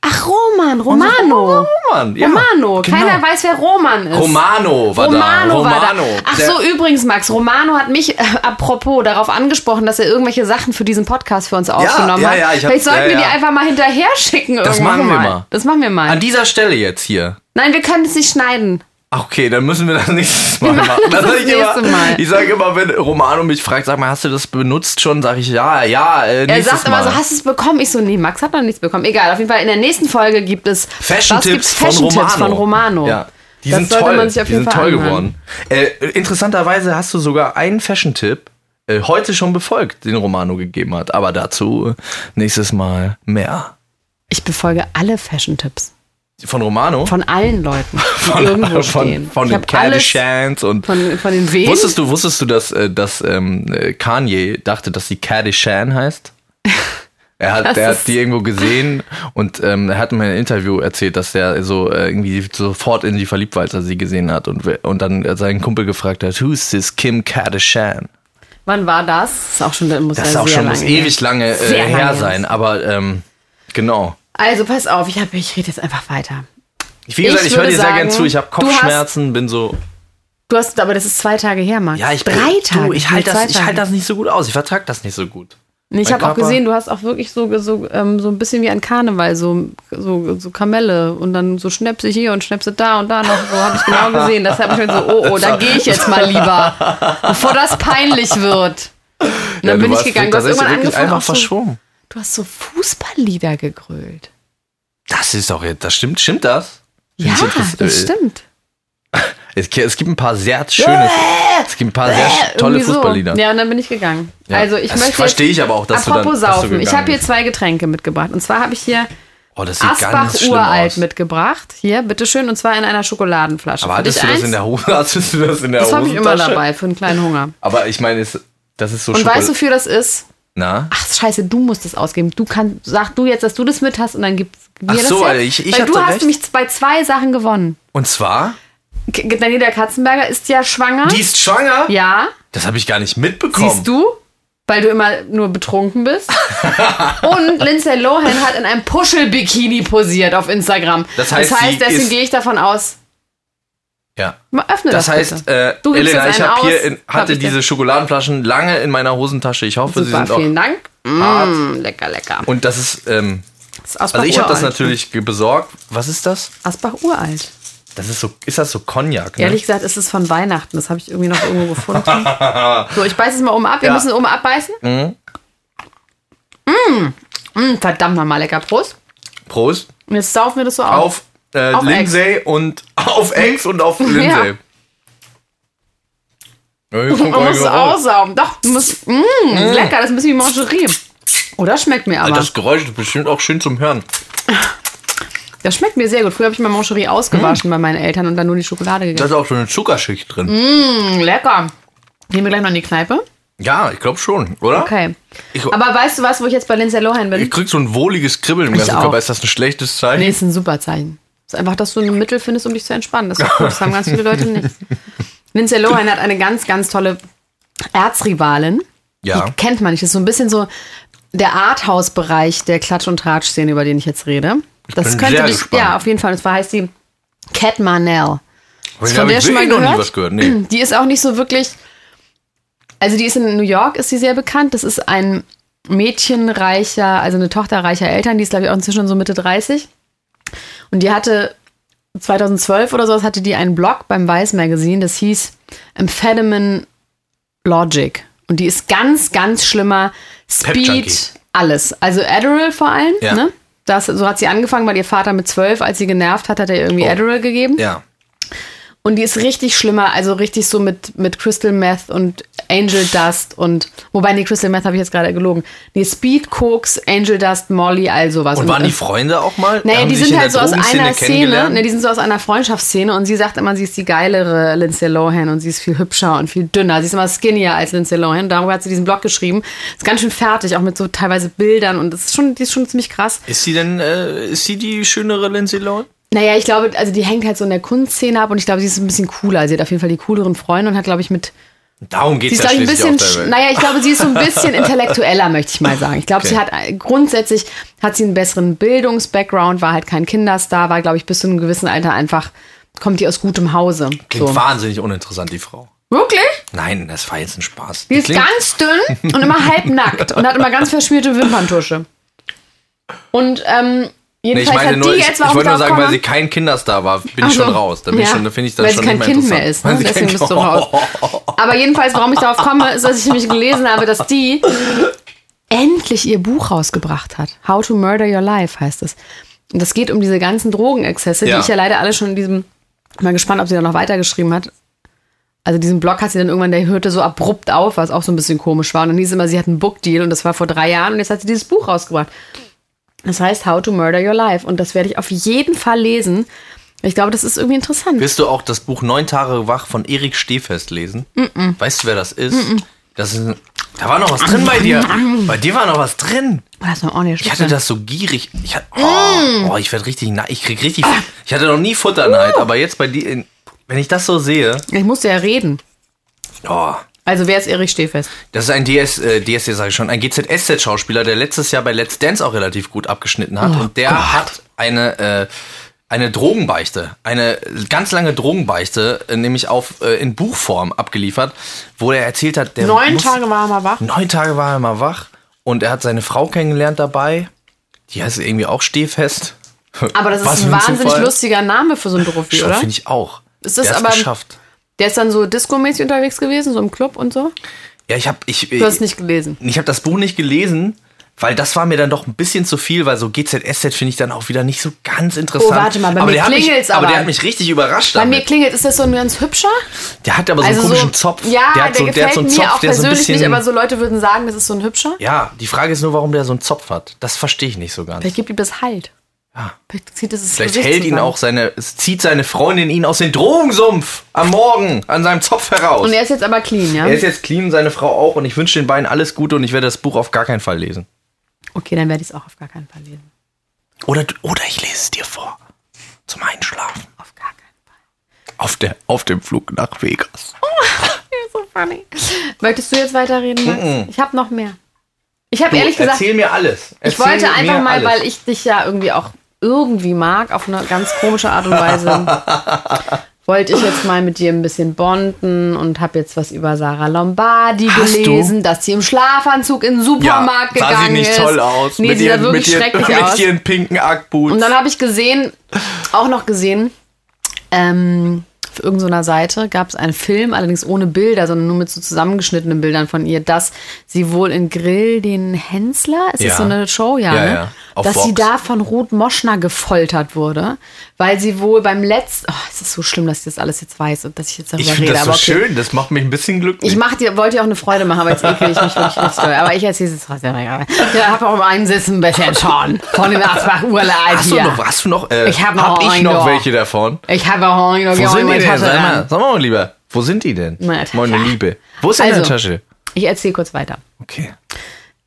Speaker 1: ach, Roman, Romano.
Speaker 2: Roman, ja.
Speaker 1: Romano.
Speaker 2: Genau.
Speaker 1: Keiner weiß, wer Roman ist.
Speaker 2: Romano war
Speaker 1: Romano,
Speaker 2: da.
Speaker 1: war da. Ach
Speaker 2: Der-
Speaker 1: so, übrigens, Max, Romano hat mich äh, apropos darauf angesprochen, dass er irgendwelche Sachen für diesen Podcast für uns aufgenommen
Speaker 2: ja,
Speaker 1: hat.
Speaker 2: ja, ich hab-
Speaker 1: Vielleicht sollten
Speaker 2: ja,
Speaker 1: wir die
Speaker 2: ja.
Speaker 1: einfach mal hinterher schicken.
Speaker 2: Das
Speaker 1: irgendwann
Speaker 2: machen wir mal.
Speaker 1: Das machen wir mal.
Speaker 2: An dieser Stelle jetzt hier.
Speaker 1: Nein, wir können es nicht schneiden.
Speaker 2: Ach, Okay, dann müssen wir das nächstes Mal machen.
Speaker 1: machen das
Speaker 2: sag
Speaker 1: das
Speaker 2: ich immer-
Speaker 1: nächste Mal.
Speaker 2: Ich sage immer, wenn Romano mich fragt, sag mal, hast du das benutzt schon? Sag ich, ja, ja, äh,
Speaker 1: Er
Speaker 2: nächstes
Speaker 1: sagt
Speaker 2: Mal.
Speaker 1: immer so, hast du es bekommen? Ich so, nee, Max hat noch nichts bekommen. Egal, auf jeden Fall in der nächsten Folge gibt es
Speaker 2: Fashion
Speaker 1: was gibt's?
Speaker 2: Tipps
Speaker 1: Fashion
Speaker 2: von Romano.
Speaker 1: Tipps von Romano.
Speaker 2: Ja. Die
Speaker 1: Das
Speaker 2: sind
Speaker 1: sollte
Speaker 2: toll.
Speaker 1: man sich auf jeden
Speaker 2: die sind
Speaker 1: Fall
Speaker 2: toll
Speaker 1: anhören.
Speaker 2: geworden. Äh, interessanterweise hast du sogar einen Fashion-Tipp äh, heute schon befolgt, den Romano gegeben hat. Aber dazu äh, nächstes Mal mehr.
Speaker 1: Ich befolge alle Fashion-Tipps
Speaker 2: Von Romano?
Speaker 1: von allen Leuten, die irgendwo
Speaker 2: von,
Speaker 1: stehen.
Speaker 2: von
Speaker 1: ich
Speaker 2: den
Speaker 1: hab alles
Speaker 2: Kardashians und
Speaker 1: von, von den Wehen.
Speaker 2: Wusstest du, wusstest du, dass, äh, dass ähm, äh, Kanye dachte, dass sie Kardashian heißt? Er hat,
Speaker 1: Das
Speaker 2: er
Speaker 1: ist-
Speaker 2: hat die irgendwo gesehen und ähm, er hat mir in einem Interview erzählt, dass er so äh, irgendwie sofort in sie verliebt war, als er sie gesehen hat und, we- und dann hat seinen Kumpel gefragt hat, who's this Kim Kardashian?
Speaker 1: Wann war das? Ist auch schon, muss
Speaker 2: Das
Speaker 1: ja
Speaker 2: ist auch
Speaker 1: sehr
Speaker 2: schon
Speaker 1: lange
Speaker 2: muss
Speaker 1: her.
Speaker 2: ewig lange äh,
Speaker 1: Sehr lange
Speaker 2: her
Speaker 1: ist.
Speaker 2: sein, aber ähm, genau.
Speaker 1: Also pass auf, ich, hab- ich rede jetzt einfach weiter.
Speaker 2: Wie gesagt, ich, höre
Speaker 1: würde
Speaker 2: dir sehr
Speaker 1: sagen,
Speaker 2: gern zu, ich habe
Speaker 1: du hast-
Speaker 2: Kopfschmerzen, bin so
Speaker 1: Du hast, aber das ist zwei Tage her, Max.
Speaker 2: Ja, ich
Speaker 1: drei Tage.
Speaker 2: Du, ich halte
Speaker 1: Zwei
Speaker 2: das, ich
Speaker 1: Tage.
Speaker 2: halt das nicht so gut aus. Ich vertrage das nicht so gut.
Speaker 1: Nee, Ich
Speaker 2: Mein
Speaker 1: habe auch
Speaker 2: Körper-
Speaker 1: gesehen, du hast auch wirklich so, so, ähm, so ein bisschen wie ein Karneval, so, so, so Kamelle und dann so Schnäpse hier und Schnäpse da und da noch. So habe ich genau gesehen. Das habe ich mir so, oh, oh, da gehe ich jetzt mal lieber, bevor das peinlich wird. Und dann bin ich gegangen. Du hast irgendwann
Speaker 2: wirklich
Speaker 1: angefangen,
Speaker 2: einfach
Speaker 1: auch so,
Speaker 2: verschwommen.
Speaker 1: du hast so Fußballlieder gegrölt.
Speaker 2: Das ist doch jetzt, das stimmt, stimmt das?
Speaker 1: Ja,
Speaker 2: Findest du
Speaker 1: das,
Speaker 2: äh,
Speaker 1: stimmt.
Speaker 2: Es, gi- es gibt ein paar sehr schöne, es gibt ein paar sehr sch- tolle
Speaker 1: Äh, Irgendwie so.
Speaker 2: Fußballlieder.
Speaker 1: Ja, und dann bin ich gegangen.
Speaker 2: Ja.
Speaker 1: Also ich
Speaker 2: das
Speaker 1: möchte
Speaker 2: verstehe
Speaker 1: jetzt,
Speaker 2: ich aber auch, dass du
Speaker 1: apropos
Speaker 2: dann, dass du
Speaker 1: saufen. Ich
Speaker 2: gegangen
Speaker 1: habe hier
Speaker 2: bist.
Speaker 1: zwei Getränke mitgebracht. Und zwar habe ich hier
Speaker 2: oh, das sieht
Speaker 1: Asbach
Speaker 2: ganz schlimm
Speaker 1: uralt
Speaker 2: aus.
Speaker 1: mitgebracht. Hier, bitteschön, und zwar in einer Schokoladenflasche.
Speaker 2: Aber
Speaker 1: Für
Speaker 2: hattest
Speaker 1: dich
Speaker 2: du das in
Speaker 1: eins?
Speaker 2: der Hose? Hattest du das in der
Speaker 1: Das habe ich immer
Speaker 2: Hosentasche?
Speaker 1: dabei für einen kleinen Hunger.
Speaker 2: Aber ich meine, es, das ist so
Speaker 1: Und
Speaker 2: Schokol-
Speaker 1: weißt du, wofür das ist?
Speaker 2: Na?
Speaker 1: Ach, scheiße, du musst das ausgeben. Du kannst, sag du jetzt, dass du das mit hast und dann gibt's mir
Speaker 2: Ach
Speaker 1: das
Speaker 2: so,
Speaker 1: jetzt.
Speaker 2: Alter, ich- ich
Speaker 1: Weil du
Speaker 2: hatte
Speaker 1: hast
Speaker 2: recht.
Speaker 1: nämlich bei zwei Sachen gewonnen.
Speaker 2: Und zwar?
Speaker 1: K Daniela Katzenberger ist ja schwanger.
Speaker 2: Die ist schwanger?
Speaker 1: ja,
Speaker 2: Das habe ich gar nicht mitbekommen.
Speaker 1: siehst du? Weil du immer nur betrunken bist. und Lindsay Lohan hat in einem Puschel-Bikini posiert auf Instagram.
Speaker 2: Das heißt,
Speaker 1: das
Speaker 2: sie
Speaker 1: heißt deswegen
Speaker 2: ist-
Speaker 1: gehe ich davon aus.
Speaker 2: Ja.
Speaker 1: Mal öffne das,
Speaker 2: Das heißt,
Speaker 1: bitte.
Speaker 2: äh,
Speaker 1: Du gibst
Speaker 2: Elena,
Speaker 1: jetzt
Speaker 2: ich
Speaker 1: einen
Speaker 2: hab hier
Speaker 1: aus.
Speaker 2: in,
Speaker 1: Hab
Speaker 2: hatte
Speaker 1: ich
Speaker 2: diese Schokoladenflaschen lange in meiner Hosentasche. Ich hoffe, sie
Speaker 1: Super,
Speaker 2: sind auch.
Speaker 1: vielen Dank.
Speaker 2: hart.
Speaker 1: Mm, lecker, lecker.
Speaker 2: Und das ist, ähm,
Speaker 1: Das ist Asbach
Speaker 2: also ich habe das
Speaker 1: uralt.
Speaker 2: natürlich ge- besorgt. Was ist das?
Speaker 1: Asbach uralt.
Speaker 2: Das ist so, ist das so Cognac? Ne?
Speaker 1: Ehrlich gesagt ist es von Weihnachten. Das habe ich irgendwie noch irgendwo gefunden. so, ich beiße es mal oben ab. Wir
Speaker 2: Ja. Mhm.
Speaker 1: müssen oben abbeißen. Mm. Mm, verdammt nochmal lecker. Prost.
Speaker 2: Prost.
Speaker 1: Und jetzt saufen wir das so auf.
Speaker 2: Auf, äh,
Speaker 1: Auf
Speaker 2: Lindsay und auf Eggs und auf Lindsay. Ja. hier kommt
Speaker 1: Man
Speaker 2: euer
Speaker 1: muss es
Speaker 2: Geräusch.
Speaker 1: aussaugen. Doch, du musst, mm, lecker. Das ist ein bisschen wie Mangerie. Oh, das schmeckt mir aber.
Speaker 2: Alter,
Speaker 1: Das,
Speaker 2: das Geräusch ist bestimmt auch schön zum Hören.
Speaker 1: schmeckt mir sehr gut. Früher habe ich mal Mangerie ausgewaschen bei meinen Eltern und dann nur die Schokolade
Speaker 2: Da
Speaker 1: gegessen.
Speaker 2: ist auch so eine Zuckerschicht drin.
Speaker 1: Mm, lecker. Gehen wir gleich noch in die Kneipe?
Speaker 2: Ja, ich glaube schon, oder?
Speaker 1: Okay.
Speaker 2: Ich,
Speaker 1: Aber weißt du was, wo ich jetzt bei Lindsay Lohan bin?
Speaker 2: ich krieg so ein wohliges Kribbeln im ganzen
Speaker 1: auch.
Speaker 2: Körper. Ist das ein schlechtes Zeichen?
Speaker 1: Nee, ist ein super Zeichen. Ist einfach, dass du ein Mittel findest, um dich zu entspannen. Das ist gut. Das haben ganz viele Leute nicht. Lindsay Lohan hat eine ganz, ganz tolle Erzrivalin.
Speaker 2: Ja.
Speaker 1: Die kennt man nicht. Das ist so ein bisschen so der Arthouse-Bereich der Klatsch- und Tratsch-Szene, über den ich jetzt rede. Das
Speaker 2: bin
Speaker 1: könnte
Speaker 2: sehr
Speaker 1: dich.
Speaker 2: gespannt.
Speaker 1: Ja, auf jeden Fall. Und zwar heißt sie Cat Marnell.
Speaker 2: Von
Speaker 1: der schon mal
Speaker 2: noch nie
Speaker 1: gehört?
Speaker 2: was gehört. Nee.
Speaker 1: Die ist auch nicht so wirklich. Also die ist in New York, ist sie sehr bekannt. Das ist ein mädchenreicher, also eine Tochter reicher Eltern. Die ist, glaube ich, auch inzwischen so Mitte 30. Und die hatte 2012 oder sowas, hatte die einen Blog beim Vice Magazine, das hieß Amphetamine Logic. Und die ist ganz, ganz schlimmer.
Speaker 2: Pep-Junkie.
Speaker 1: Speed, alles. Also Adderall vor allem.
Speaker 2: Ja.
Speaker 1: Ne? Das, so hat sie angefangen, weil ihr Vater mit zwölf, als sie genervt hat, hat er ihr irgendwie Adderall gegeben.
Speaker 2: Oh. Ja.
Speaker 1: Und die ist richtig schlimmer, also richtig so mit, mit Crystal Meth und Angel Dust und, wobei, nee, Crystal Meth habe ich jetzt gerade gelogen. Nee, Speed, Koks, Angel Dust, Molly, also all sowas.
Speaker 2: Und waren die Freunde auch mal?
Speaker 1: Naja,
Speaker 2: Haben
Speaker 1: die
Speaker 2: sich
Speaker 1: sind
Speaker 2: in
Speaker 1: halt so
Speaker 2: der
Speaker 1: aus
Speaker 2: Drogenszene
Speaker 1: einer Szene,
Speaker 2: kennengelernt?
Speaker 1: ne, die sind so aus einer Freundschaftsszene und sie sagt immer, sie ist die geilere Lindsay Lohan und sie ist viel hübscher und viel dünner. Sie ist immer skinnier als Lindsay Lohan und darüber hat sie diesen Blog geschrieben. Ist ganz schön fertig, auch mit so teilweise Bildern und das ist schon, die ist schon ziemlich krass.
Speaker 2: Ist sie denn, äh, ist sie die schönere Lindsay Lohan?
Speaker 1: Naja, ich glaube, also die hängt halt so in der Kunstszene ab und ich glaube, sie ist ein bisschen cooler. Sie hat auf jeden Fall die cooleren Freunde und hat, glaube ich, mit
Speaker 2: Darum geht
Speaker 1: Sie ist,
Speaker 2: es ja
Speaker 1: glaube ich, ein bisschen,
Speaker 2: schließlich auf der
Speaker 1: sch-
Speaker 2: Welt.
Speaker 1: naja, ich glaube, sie ist so ein bisschen intellektueller, möchte ich mal sagen. Ich glaube, sie
Speaker 2: Okay.
Speaker 1: hat äh, grundsätzlich, hat sie einen besseren Bildungsbackground, war halt kein Kinderstar, war, glaube ich, bis zu einem gewissen Alter einfach, kommt die aus gutem Hause.
Speaker 2: Klingt
Speaker 1: So.
Speaker 2: wahnsinnig uninteressant, die Frau.
Speaker 1: Wirklich?
Speaker 2: Nein, das war jetzt ein Spaß.
Speaker 1: Die ist
Speaker 2: Klingt-
Speaker 1: ganz dünn und immer halbnackt und hat immer ganz verschmierte Wimperntusche. Und, ähm,
Speaker 2: Nee,
Speaker 1: jedenfalls
Speaker 2: ich meine
Speaker 1: hat
Speaker 2: nur,
Speaker 1: die
Speaker 2: ich,
Speaker 1: jetzt,
Speaker 2: ich
Speaker 1: warum
Speaker 2: wollte nur
Speaker 1: darauf
Speaker 2: sagen, weil
Speaker 1: komme-
Speaker 2: sie kein Kinderstar war, bin
Speaker 1: Ach
Speaker 2: ich schon
Speaker 1: so.
Speaker 2: raus. Da bin ich
Speaker 1: Ja.
Speaker 2: schon, da finde ich das
Speaker 1: Weil sie
Speaker 2: schon
Speaker 1: kein
Speaker 2: nicht mehr
Speaker 1: Kind mehr
Speaker 2: interessant.
Speaker 1: ist, ne?
Speaker 2: sie
Speaker 1: Deswegen
Speaker 2: kein-
Speaker 1: bist du raus. Aber jedenfalls, warum ich darauf komme, ist, dass ich nämlich gelesen habe, dass die endlich ihr Buch rausgebracht hat. How to Murder Your Life heißt es. Und das geht um diese ganzen Drogenexzesse,
Speaker 2: Ja.
Speaker 1: die ich ja leider alle schon in diesem, mal gespannt, ob sie da noch weitergeschrieben hat. Also diesen Blog hat sie dann irgendwann, der hörte so abrupt auf, was auch so ein bisschen komisch war. Und dann hieß immer, sie hat einen Book Deal und das war vor drei Jahren und jetzt hat sie dieses Buch rausgebracht. Das heißt How to Murder Your Life und das werde ich auf jeden Fall lesen. Ich glaube, das ist irgendwie interessant.
Speaker 2: Wirst du auch das Buch Neun Tage wach von Erik Stehfest lesen? Weißt du, wer das ist? Das ist ein- da war noch was drin bei dir. Bei dir war noch was drin.
Speaker 1: Oh, das ist noch ordentlich
Speaker 2: Ich hatte das so gierig. Ich hatte,
Speaker 1: Mm.
Speaker 2: oh, oh, ich werde richtig, na- ich krieg richtig,
Speaker 1: Ah.
Speaker 2: ich hatte noch nie
Speaker 1: Uh.
Speaker 2: Futterneid, aber jetzt bei dir, in- wenn ich das so sehe,
Speaker 1: Ich musste ja reden.
Speaker 2: oh,
Speaker 1: Also wer ist Erich Stehfest?
Speaker 2: Das ist ein DS, äh, DSD, sag ich schon, ein GZSZ-Schauspieler, der letztes Jahr bei Let's Dance auch relativ gut abgeschnitten hat.
Speaker 1: Oh
Speaker 2: und der hat eine, äh, eine Drogenbeichte, eine ganz lange Drogenbeichte, äh, nämlich auf, äh, in Buchform abgeliefert, wo er erzählt hat, der
Speaker 1: Neun
Speaker 2: muss-
Speaker 1: Tage war er mal wach.
Speaker 2: neun Tage war er mal wach und er hat seine Frau kennengelernt dabei. Die heißt irgendwie auch Stehfest.
Speaker 1: Aber das ist
Speaker 2: Was
Speaker 1: ein
Speaker 2: für
Speaker 1: wahnsinnig
Speaker 2: Zufall.
Speaker 1: lustiger Name für so einen Profi,
Speaker 2: Schon
Speaker 1: oder?
Speaker 2: finde ich auch.
Speaker 1: Ist das
Speaker 2: der hat's
Speaker 1: aber-
Speaker 2: geschafft.
Speaker 1: Der ist dann so discomäßig unterwegs gewesen, so im Club und so.
Speaker 2: Ja, ich habe ich,
Speaker 1: Du hast nicht gelesen.
Speaker 2: Ich habe das Buch nicht gelesen, weil das war mir dann doch ein bisschen zu viel, weil so GZSZ finde ich dann auch wieder nicht so ganz interessant.
Speaker 1: Oh, warte mal, bei mir
Speaker 2: der hat mich-
Speaker 1: klingelt's
Speaker 2: aber.
Speaker 1: aber.
Speaker 2: der hat mich richtig überrascht
Speaker 1: Bei mir
Speaker 2: damit.
Speaker 1: klingelt, ist das so ein ganz hübscher? Also
Speaker 2: Der hat aber so einen komischen Zopf.
Speaker 1: Ja,
Speaker 2: der
Speaker 1: der,
Speaker 2: hat so,
Speaker 1: gefällt
Speaker 2: der hat so einen
Speaker 1: mir
Speaker 2: Zopf,
Speaker 1: auch
Speaker 2: der so ein
Speaker 1: persönlich
Speaker 2: bisschen.
Speaker 1: nicht, aber so Leute würden sagen, das ist so ein hübscher.
Speaker 2: ja, die Frage ist nur, warum der so einen Zopf hat. Das verstehe ich nicht so ganz.
Speaker 1: Vielleicht gibt ihm das Halt.
Speaker 2: Ja.
Speaker 1: Vielleicht zieht es das
Speaker 2: Ah. Vielleicht
Speaker 1: Gesicht
Speaker 2: hält ihn
Speaker 1: zusammen.
Speaker 2: auch seine, es zieht seine Freundin ihn aus dem Drogensumpf am Morgen an seinem Zopf heraus.
Speaker 1: Und er ist jetzt aber clean, ja?
Speaker 2: er ist jetzt clean, seine Frau auch und ich wünsche den beiden alles Gute und ich werde das Buch auf gar keinen Fall lesen.
Speaker 1: Okay, dann werde ich es auch auf gar keinen Fall lesen.
Speaker 2: Oder, oder ich lese es dir vor. Zum Einschlafen.
Speaker 1: Auf gar keinen Fall.
Speaker 2: Auf, der, auf dem Flug nach Vegas.
Speaker 1: You're so funny. Möchtest du jetzt weiterreden, Max? Ich habe noch mehr. Ich habe
Speaker 2: Du,
Speaker 1: ehrlich gesagt
Speaker 2: erzähl mir alles.
Speaker 1: Ich wollte einfach mal, weil ich dich ja irgendwie auch irgendwie mag, auf eine ganz komische Art und Weise, wollte ich jetzt mal mit dir ein bisschen bonden und habe jetzt was über Sarah Lombardi
Speaker 2: Hast du?
Speaker 1: gelesen, dass sie im Schlafanzug in den Supermarkt
Speaker 2: sah sie
Speaker 1: gegangen
Speaker 2: nicht
Speaker 1: ist.
Speaker 2: toll aus.
Speaker 1: Nee,
Speaker 2: mit
Speaker 1: sie sah
Speaker 2: ihren,
Speaker 1: wirklich
Speaker 2: mit ihren,
Speaker 1: schrecklich
Speaker 2: mit
Speaker 1: aus.
Speaker 2: ihren pinken Ackboots.
Speaker 1: Und dann habe ich gesehen, auch noch gesehen, ähm, auf irgendeiner Seite gab es einen Film, allerdings ohne Bilder, sondern nur mit so zusammengeschnittenen Bildern von ihr, dass sie wohl in Grill den Hensler, ist
Speaker 2: Ja.
Speaker 1: das so eine Show, ja,
Speaker 2: Ja,
Speaker 1: ne?
Speaker 2: ja. Auf
Speaker 1: dass sie
Speaker 2: Vox.
Speaker 1: da von Ruth Moschner gefoltert wurde, weil sie wohl beim letzten, oh, es ist so schlimm, dass ich das alles jetzt weiß und dass ich jetzt darüber
Speaker 2: ich finde
Speaker 1: rede,
Speaker 2: das so
Speaker 1: aber okay.
Speaker 2: schön, das macht mich ein bisschen glücklich.
Speaker 1: Ich mach dir, wollte dir auch eine Freude machen, aber jetzt ekel ich mich wirklich nicht doll. Aber ich erzähle es trotzdem. egal. Ich habe auch im einen Sitzen ein bisschen schon von dem Asbach-Urlaub
Speaker 2: hast, du
Speaker 1: hier.
Speaker 2: noch, hast du noch, äh,
Speaker 1: Ich hab noch
Speaker 2: ich
Speaker 1: einen
Speaker 2: noch
Speaker 1: da.
Speaker 2: welche davon?
Speaker 1: Ich habe auch Hunger.
Speaker 2: Wo
Speaker 1: ja,
Speaker 2: sind die
Speaker 1: meine
Speaker 2: denn?
Speaker 1: Tasche
Speaker 2: Sag
Speaker 1: dran.
Speaker 2: mal, sag mal, lieber, wo sind die denn?
Speaker 1: Meine Tasche.
Speaker 2: Meine Liebe. Wo ist denn
Speaker 1: Also.
Speaker 2: deine Tasche?
Speaker 1: Ich erzähle kurz weiter.
Speaker 2: Okay.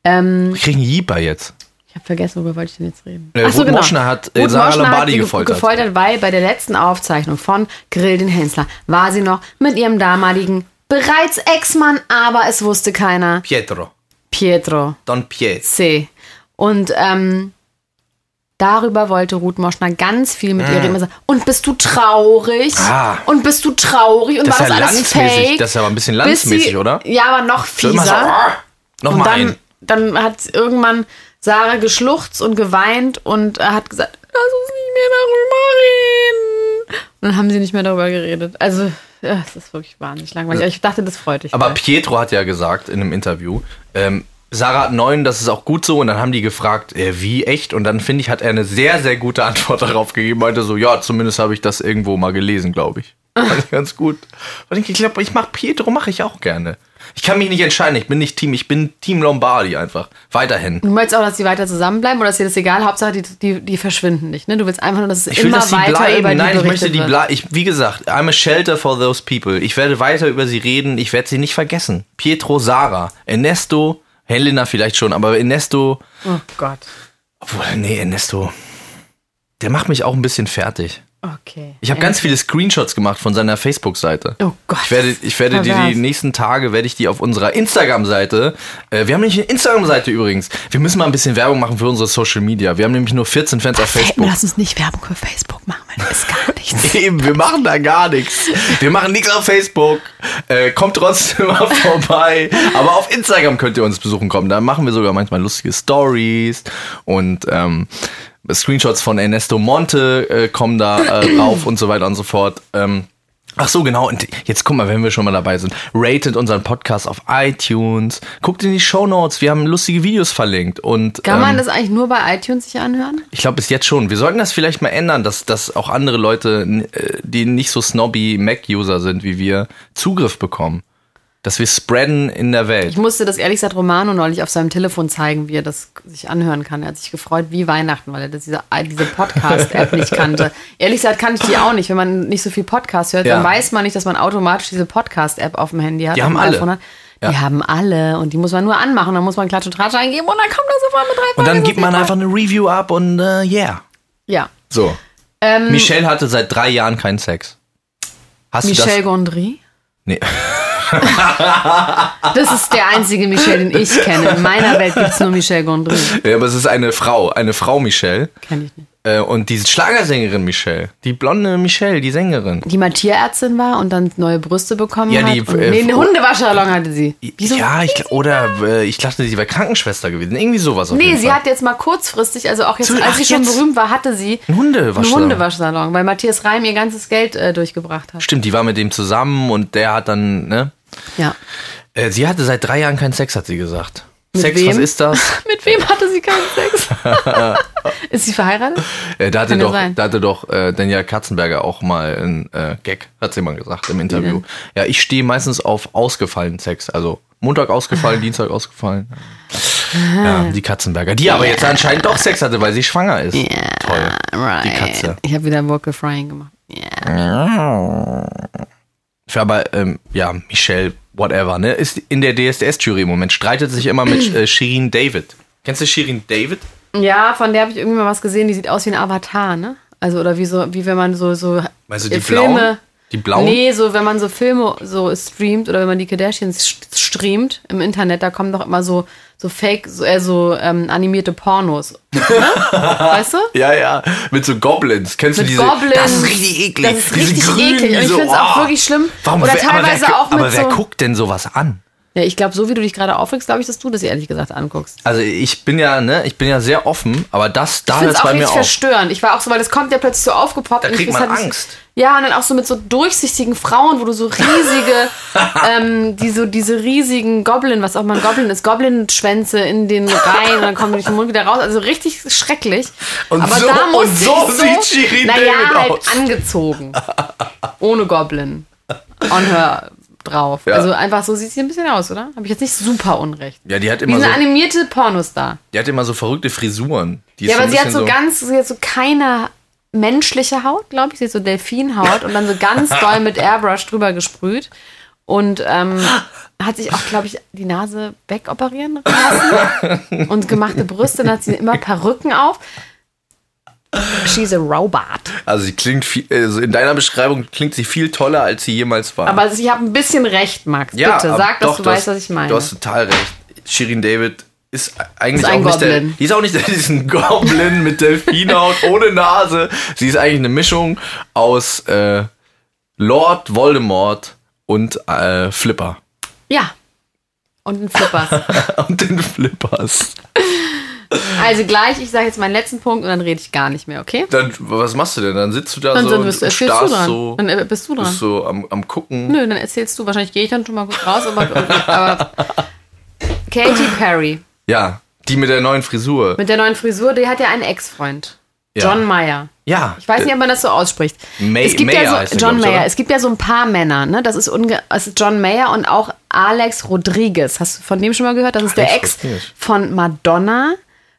Speaker 1: Ähm,
Speaker 2: Ich krieg einen Jeeper jetzt.
Speaker 1: ich habe vergessen, worüber wollte ich denn jetzt reden?
Speaker 2: Äh,
Speaker 1: Ach so, genau.
Speaker 2: Ruth Moschner hat, äh,
Speaker 1: Ruth
Speaker 2: Sarah
Speaker 1: Moschner
Speaker 2: Lombardi
Speaker 1: sie ge-
Speaker 2: gefoltert.
Speaker 1: gefoltert, weil bei der letzten Aufzeichnung von Grill den Hensler war sie noch mit ihrem damaligen bereits Ex-Mann, aber es wusste keiner,
Speaker 2: Pietro.
Speaker 1: Pietro.
Speaker 2: Don Pietro.
Speaker 1: C. Und ähm, darüber wollte Ruth Moschner ganz viel mit ihr reden. Immer sagen, Und bist du traurig?
Speaker 2: Mm. Ah.
Speaker 1: Und bist du traurig? Und
Speaker 2: Das
Speaker 1: war
Speaker 2: ist
Speaker 1: das
Speaker 2: ja
Speaker 1: alles
Speaker 2: landsmäßig.
Speaker 1: fake?
Speaker 2: Das ist aber ein bisschen
Speaker 1: Bis sie-
Speaker 2: landsmäßig, oder?
Speaker 1: Ja, aber noch
Speaker 2: So immer so,
Speaker 1: fieser.
Speaker 2: ah,
Speaker 1: und
Speaker 2: Nochmal
Speaker 1: dann,
Speaker 2: ein.
Speaker 1: dann hat irgendwann Sarah geschluchzt und geweint und äh, hat gesagt, lass uns nicht mehr darüber reden. Und dann haben sie nicht mehr darüber geredet. Also, ja, es ist wirklich wahnsinnig langweilig. Aber Ich dachte, das freut dich.
Speaker 2: Äh, Aber
Speaker 1: voll.
Speaker 2: Pietro hat ja gesagt in einem Interview, ähm, Sarah hat neun, das ist auch gut so. Und dann haben die gefragt, äh, wie echt? Und dann finde ich, hat er eine sehr, sehr gute Antwort darauf gegeben. Meinte so, ja, zumindest habe ich das irgendwo mal gelesen, glaube ich. Fand ich ganz gut. Und ich glaube, ich mache Pietro, mache ich auch gerne. Ich kann mich nicht entscheiden. Ich bin nicht Team, ich bin Team Lombardi einfach. Weiterhin.
Speaker 1: Du möchtest auch, dass die weiter zusammenbleiben oder ist dir das egal? Hauptsache, die, die, die verschwinden nicht. Ne? Du willst einfach nur, dass es
Speaker 2: Ich will,
Speaker 1: immer
Speaker 2: dass die
Speaker 1: weiter
Speaker 2: bleiben.
Speaker 1: über die
Speaker 2: Nein, ich
Speaker 1: berichtet
Speaker 2: möchte die
Speaker 1: wird.
Speaker 2: bleiben. Wie gesagt, I'm a shelter for those people. Ich werde weiter über sie reden. Ich werde sie nicht vergessen. Pietro, Sarah, Ernesto, Helena vielleicht schon, aber Ernesto,
Speaker 1: Oh Gott.
Speaker 2: obwohl, nee, Ernesto, der macht mich auch ein bisschen fertig.
Speaker 1: Okay.
Speaker 2: Ich habe
Speaker 1: Ey.
Speaker 2: ganz viele Screenshots gemacht von seiner Facebook-Seite.
Speaker 1: Oh Gott.
Speaker 2: Ich werde, ich werde die,
Speaker 1: Pervers.
Speaker 2: die nächsten Tage werde ich die auf unserer Instagram-Seite. Äh, wir haben nämlich eine Instagram-Seite übrigens. Wir müssen mal ein bisschen Werbung machen für unsere Social Media. Wir haben nämlich nur 14 Fans auf
Speaker 1: Fällt mir,
Speaker 2: Facebook.
Speaker 1: lass uns nicht Werbung für Facebook machen, weil das ist gar nichts.
Speaker 2: Eben, wir machen da gar nichts. Wir machen nichts auf Facebook. Äh, kommt trotzdem mal vorbei. Aber auf Instagram könnt ihr uns besuchen kommen. Da machen wir sogar manchmal lustige Stories und ähm, Screenshots von Ernesto Monte äh, kommen da äh, rauf und so weiter und so fort. Ähm, Ach so, genau. Und jetzt guck mal, wenn wir schon mal dabei sind. Ratet unseren Podcast auf iTunes. Guckt in die Show Notes. Wir haben lustige Videos verlinkt. Und,
Speaker 1: Kann
Speaker 2: ähm,
Speaker 1: man das eigentlich nur bei iTunes sich anhören?
Speaker 2: ich glaube, bis jetzt schon. Wir sollten das vielleicht mal ändern, dass, dass auch andere Leute, n- äh, die nicht so snobby Mac-User sind wie wir, Zugriff bekommen. Dass wir spreaden in der
Speaker 1: Ich
Speaker 2: Welt.
Speaker 1: musste das ehrlich gesagt Romano neulich auf seinem Telefon zeigen, wie er das sich anhören kann. Er hat sich gefreut wie Weihnachten, weil er das, diese, diese Podcast-App nicht kannte. Ehrlich gesagt kannte ich die auch nicht. Wenn man nicht so viel Podcast hört,
Speaker 2: Ja.
Speaker 1: dann weiß man nicht, dass man automatisch diese Podcast-App auf dem Handy hat.
Speaker 2: Die
Speaker 1: auf
Speaker 2: haben
Speaker 1: dem
Speaker 2: alle.
Speaker 1: Telefon Hat. Die haben alle und die muss man nur anmachen. Dann muss man Klatsch und Tratsch eingeben und dann kommt er sofort mit drei
Speaker 2: Und dann
Speaker 1: Fragen.
Speaker 2: gibt man einfach eine Review ab und äh, yeah.
Speaker 1: Ja.
Speaker 2: So.
Speaker 1: Ähm,
Speaker 2: Michelle hatte seit drei Jahren keinen Sex. Hast
Speaker 1: Michel
Speaker 2: du das?
Speaker 1: Gondry.
Speaker 2: Nee. Ah.
Speaker 1: Das ist der einzige Michel, den ich kenne. In meiner Welt gibt es nur Michel Gondry.
Speaker 2: Ja, aber es ist eine Frau, eine Frau Michelle.
Speaker 1: Kenne ich nicht.
Speaker 2: Äh, und diese Schlagersängerin Michelle. Die blonde Michelle, die Sängerin.
Speaker 1: Die mal Tierärztin war und dann neue Brüste bekommen
Speaker 2: Ja,
Speaker 1: hat.
Speaker 2: die,
Speaker 1: und,
Speaker 2: äh,
Speaker 1: nee, eine
Speaker 2: Fro-
Speaker 1: Hundewaschersalon hatte sie. Wieso?
Speaker 2: Ja, ich, gl- oder äh, ich dachte, sie wäre Krankenschwester gewesen. Irgendwie sowas. Auf
Speaker 1: Nee,
Speaker 2: jeden
Speaker 1: sie
Speaker 2: Fall.
Speaker 1: hat jetzt mal kurzfristig, also auch jetzt,
Speaker 2: Zu-
Speaker 1: als
Speaker 2: ach,
Speaker 1: sie schon
Speaker 2: jetzt.
Speaker 1: berühmt war, hatte sie
Speaker 2: Ein Hundewaschsalon.
Speaker 1: einen Hundewaschsalon, weil Matthias Reim ihr ganzes Geld äh, durchgebracht hat.
Speaker 2: Stimmt, die war mit dem zusammen und der hat dann, ne?
Speaker 1: Ja.
Speaker 2: Äh, sie hatte seit drei Jahren keinen Sex, hat sie gesagt.
Speaker 1: Mit
Speaker 2: Sex,
Speaker 1: wem?
Speaker 2: was ist das?
Speaker 1: Mit wem hatte sie keinen Sex? ist sie verheiratet?
Speaker 2: Äh, da hatte
Speaker 1: Kann ja
Speaker 2: doch,
Speaker 1: sein.
Speaker 2: da hatte doch äh, Daniel Katzenberger auch mal einen äh, Gag, hat sie mal gesagt im Interview. Ja, ich stehe meistens auf ausgefallenen Sex. Also Montag ausgefallen, Dienstag ausgefallen.
Speaker 1: Ah.
Speaker 2: Ja, die Katzenberger. Die aber jetzt anscheinend doch Sex hatte, weil sie schwanger ist. Toll.
Speaker 1: Right.
Speaker 2: Die Katze.
Speaker 1: Ich habe wieder Vocal Frying gemacht.
Speaker 2: Für aber, ähm, ja, Michelle, whatever, ne? Ist in der DSDS-Jury im Moment, streitet sich immer mit äh, Shirin David. Kennst du Shirin David?
Speaker 1: Ja, von der habe ich irgendwie mal was gesehen, die sieht aus wie ein Avatar, ne? Also, oder wie so, wie wenn man so, so
Speaker 2: Meinst du
Speaker 1: äh,
Speaker 2: die blauen? Die blauen?
Speaker 1: Nee, so wenn man so Filme so streamt oder wenn man die Kardashians st- streamt im Internet, da kommen doch immer so, so Fake, so, äh, so ähm, animierte Pornos. Ne? weißt du?
Speaker 2: Ja, ja, mit so Goblins. Kennst
Speaker 1: Mit
Speaker 2: du diese?
Speaker 1: Goblins.
Speaker 2: Das ist richtig eklig.
Speaker 1: Das ist
Speaker 2: Diese
Speaker 1: richtig
Speaker 2: grünen,
Speaker 1: eklig. Und ich
Speaker 2: so,
Speaker 1: find's auch
Speaker 2: oh.
Speaker 1: wirklich schlimm.
Speaker 2: Warum?
Speaker 1: Oder
Speaker 2: wer,
Speaker 1: teilweise
Speaker 2: aber wer,
Speaker 1: auch mit
Speaker 2: Aber wer
Speaker 1: so-
Speaker 2: guckt denn sowas an?
Speaker 1: Ja, ich glaube, so wie du dich gerade aufregst, glaube ich, dass du das ehrlich gesagt anguckst.
Speaker 2: Also ich bin ja, ne, ich bin ja sehr offen, aber das, da
Speaker 1: Ich finde
Speaker 2: hört
Speaker 1: es
Speaker 2: es
Speaker 1: auch
Speaker 2: bei mir
Speaker 1: richtig
Speaker 2: auf.
Speaker 1: verstörend. Ich war auch so, weil das kommt ja plötzlich so aufgepoppt.
Speaker 2: Da
Speaker 1: und ich
Speaker 2: kriegt
Speaker 1: weiß
Speaker 2: man
Speaker 1: halt nicht-
Speaker 2: Angst.
Speaker 1: Ja, und dann auch so mit so durchsichtigen Frauen, wo du so riesige, ähm, die so, diese riesigen Goblin, was auch mal ein Goblin ist, Goblin-Schwänze in den Reihen und dann kommen die durch den Mund wieder raus. Also richtig schrecklich.
Speaker 2: Und
Speaker 1: Aber
Speaker 2: so-
Speaker 1: da muss
Speaker 2: und so
Speaker 1: ich
Speaker 2: sieht Shirin
Speaker 1: naja,
Speaker 2: David
Speaker 1: halt
Speaker 2: aus.
Speaker 1: angezogen. Ohne Goblin. On her drauf.
Speaker 2: Ja.
Speaker 1: Also einfach so sieht sie ein bisschen aus, oder? Habe ich jetzt nicht super unrecht.
Speaker 2: Ja, also die hat
Speaker 1: Wie
Speaker 2: immer
Speaker 1: eine
Speaker 2: so,
Speaker 1: animierte Pornostar.
Speaker 2: die hat immer so verrückte Frisuren. Die ist
Speaker 1: Ja,
Speaker 2: so
Speaker 1: aber
Speaker 2: ein
Speaker 1: sie hat
Speaker 2: bisschen
Speaker 1: so ganz, sie hat so keine menschliche Haut, glaube ich. Sie hat so Delfinhaut und dann so ganz doll mit Airbrush drüber gesprüht. Und ähm, hat sich auch, glaube ich, die Nase wegoperieren lassen und gemachte Brüste. Dann hat sie immer Perücken auf. She's a robot.
Speaker 2: Also sie klingt viel, also in deiner Beschreibung klingt sie viel toller, als sie jemals war.
Speaker 1: Aber also ich habe ein bisschen recht, Max. Bitte,
Speaker 2: aber
Speaker 1: sag, dass
Speaker 2: doch,
Speaker 1: du weißt, was ich meine.
Speaker 2: Du hast total recht. Shirin David ist eigentlich
Speaker 1: ein
Speaker 2: auch nicht der,
Speaker 1: Goblin.
Speaker 2: die ist auch nicht der, die ist ein Goblin mit Delfinhaut ohne Nase. Sie ist eigentlich eine Mischung aus äh, Lord Voldemort und äh, Flipper.
Speaker 1: Ja. Und ein Flippers.
Speaker 2: und den Flippers.
Speaker 1: also gleich, ich sage jetzt meinen letzten Punkt und dann rede ich gar nicht mehr, okay?
Speaker 2: Dann, was machst du denn? Dann sitzt du da
Speaker 1: Dann,
Speaker 2: so
Speaker 1: dann
Speaker 2: Also und
Speaker 1: bist, erzählst du
Speaker 2: starrst
Speaker 1: dran.
Speaker 2: so,
Speaker 1: dann äh, bist du dran.
Speaker 2: bist so am, am Gucken.
Speaker 1: Nö, dann erzählst du. Wahrscheinlich gehe ich dann schon mal gut raus, aber, aber Katy Perry
Speaker 2: Ja, die mit der neuen Frisur.
Speaker 1: mit der neuen Frisur, die hat ja einen Ex-Freund.
Speaker 2: Ja.
Speaker 1: John Mayer.
Speaker 2: ja.
Speaker 1: Ich weiß nicht, ob man das so ausspricht.
Speaker 2: May-
Speaker 1: es gibt
Speaker 2: Mayer
Speaker 1: ja
Speaker 2: heißt
Speaker 1: so,
Speaker 2: der,
Speaker 1: John
Speaker 2: glaub ich,
Speaker 1: Mayer.
Speaker 2: oder?
Speaker 1: Es gibt ja so ein paar Männer. Ne? Das ist, unge es ist John Mayer und auch Alex Rodriguez. Hast du von dem schon mal gehört? Das ist der
Speaker 2: Alex
Speaker 1: Ex
Speaker 2: Rodriguez.
Speaker 1: von Madonna,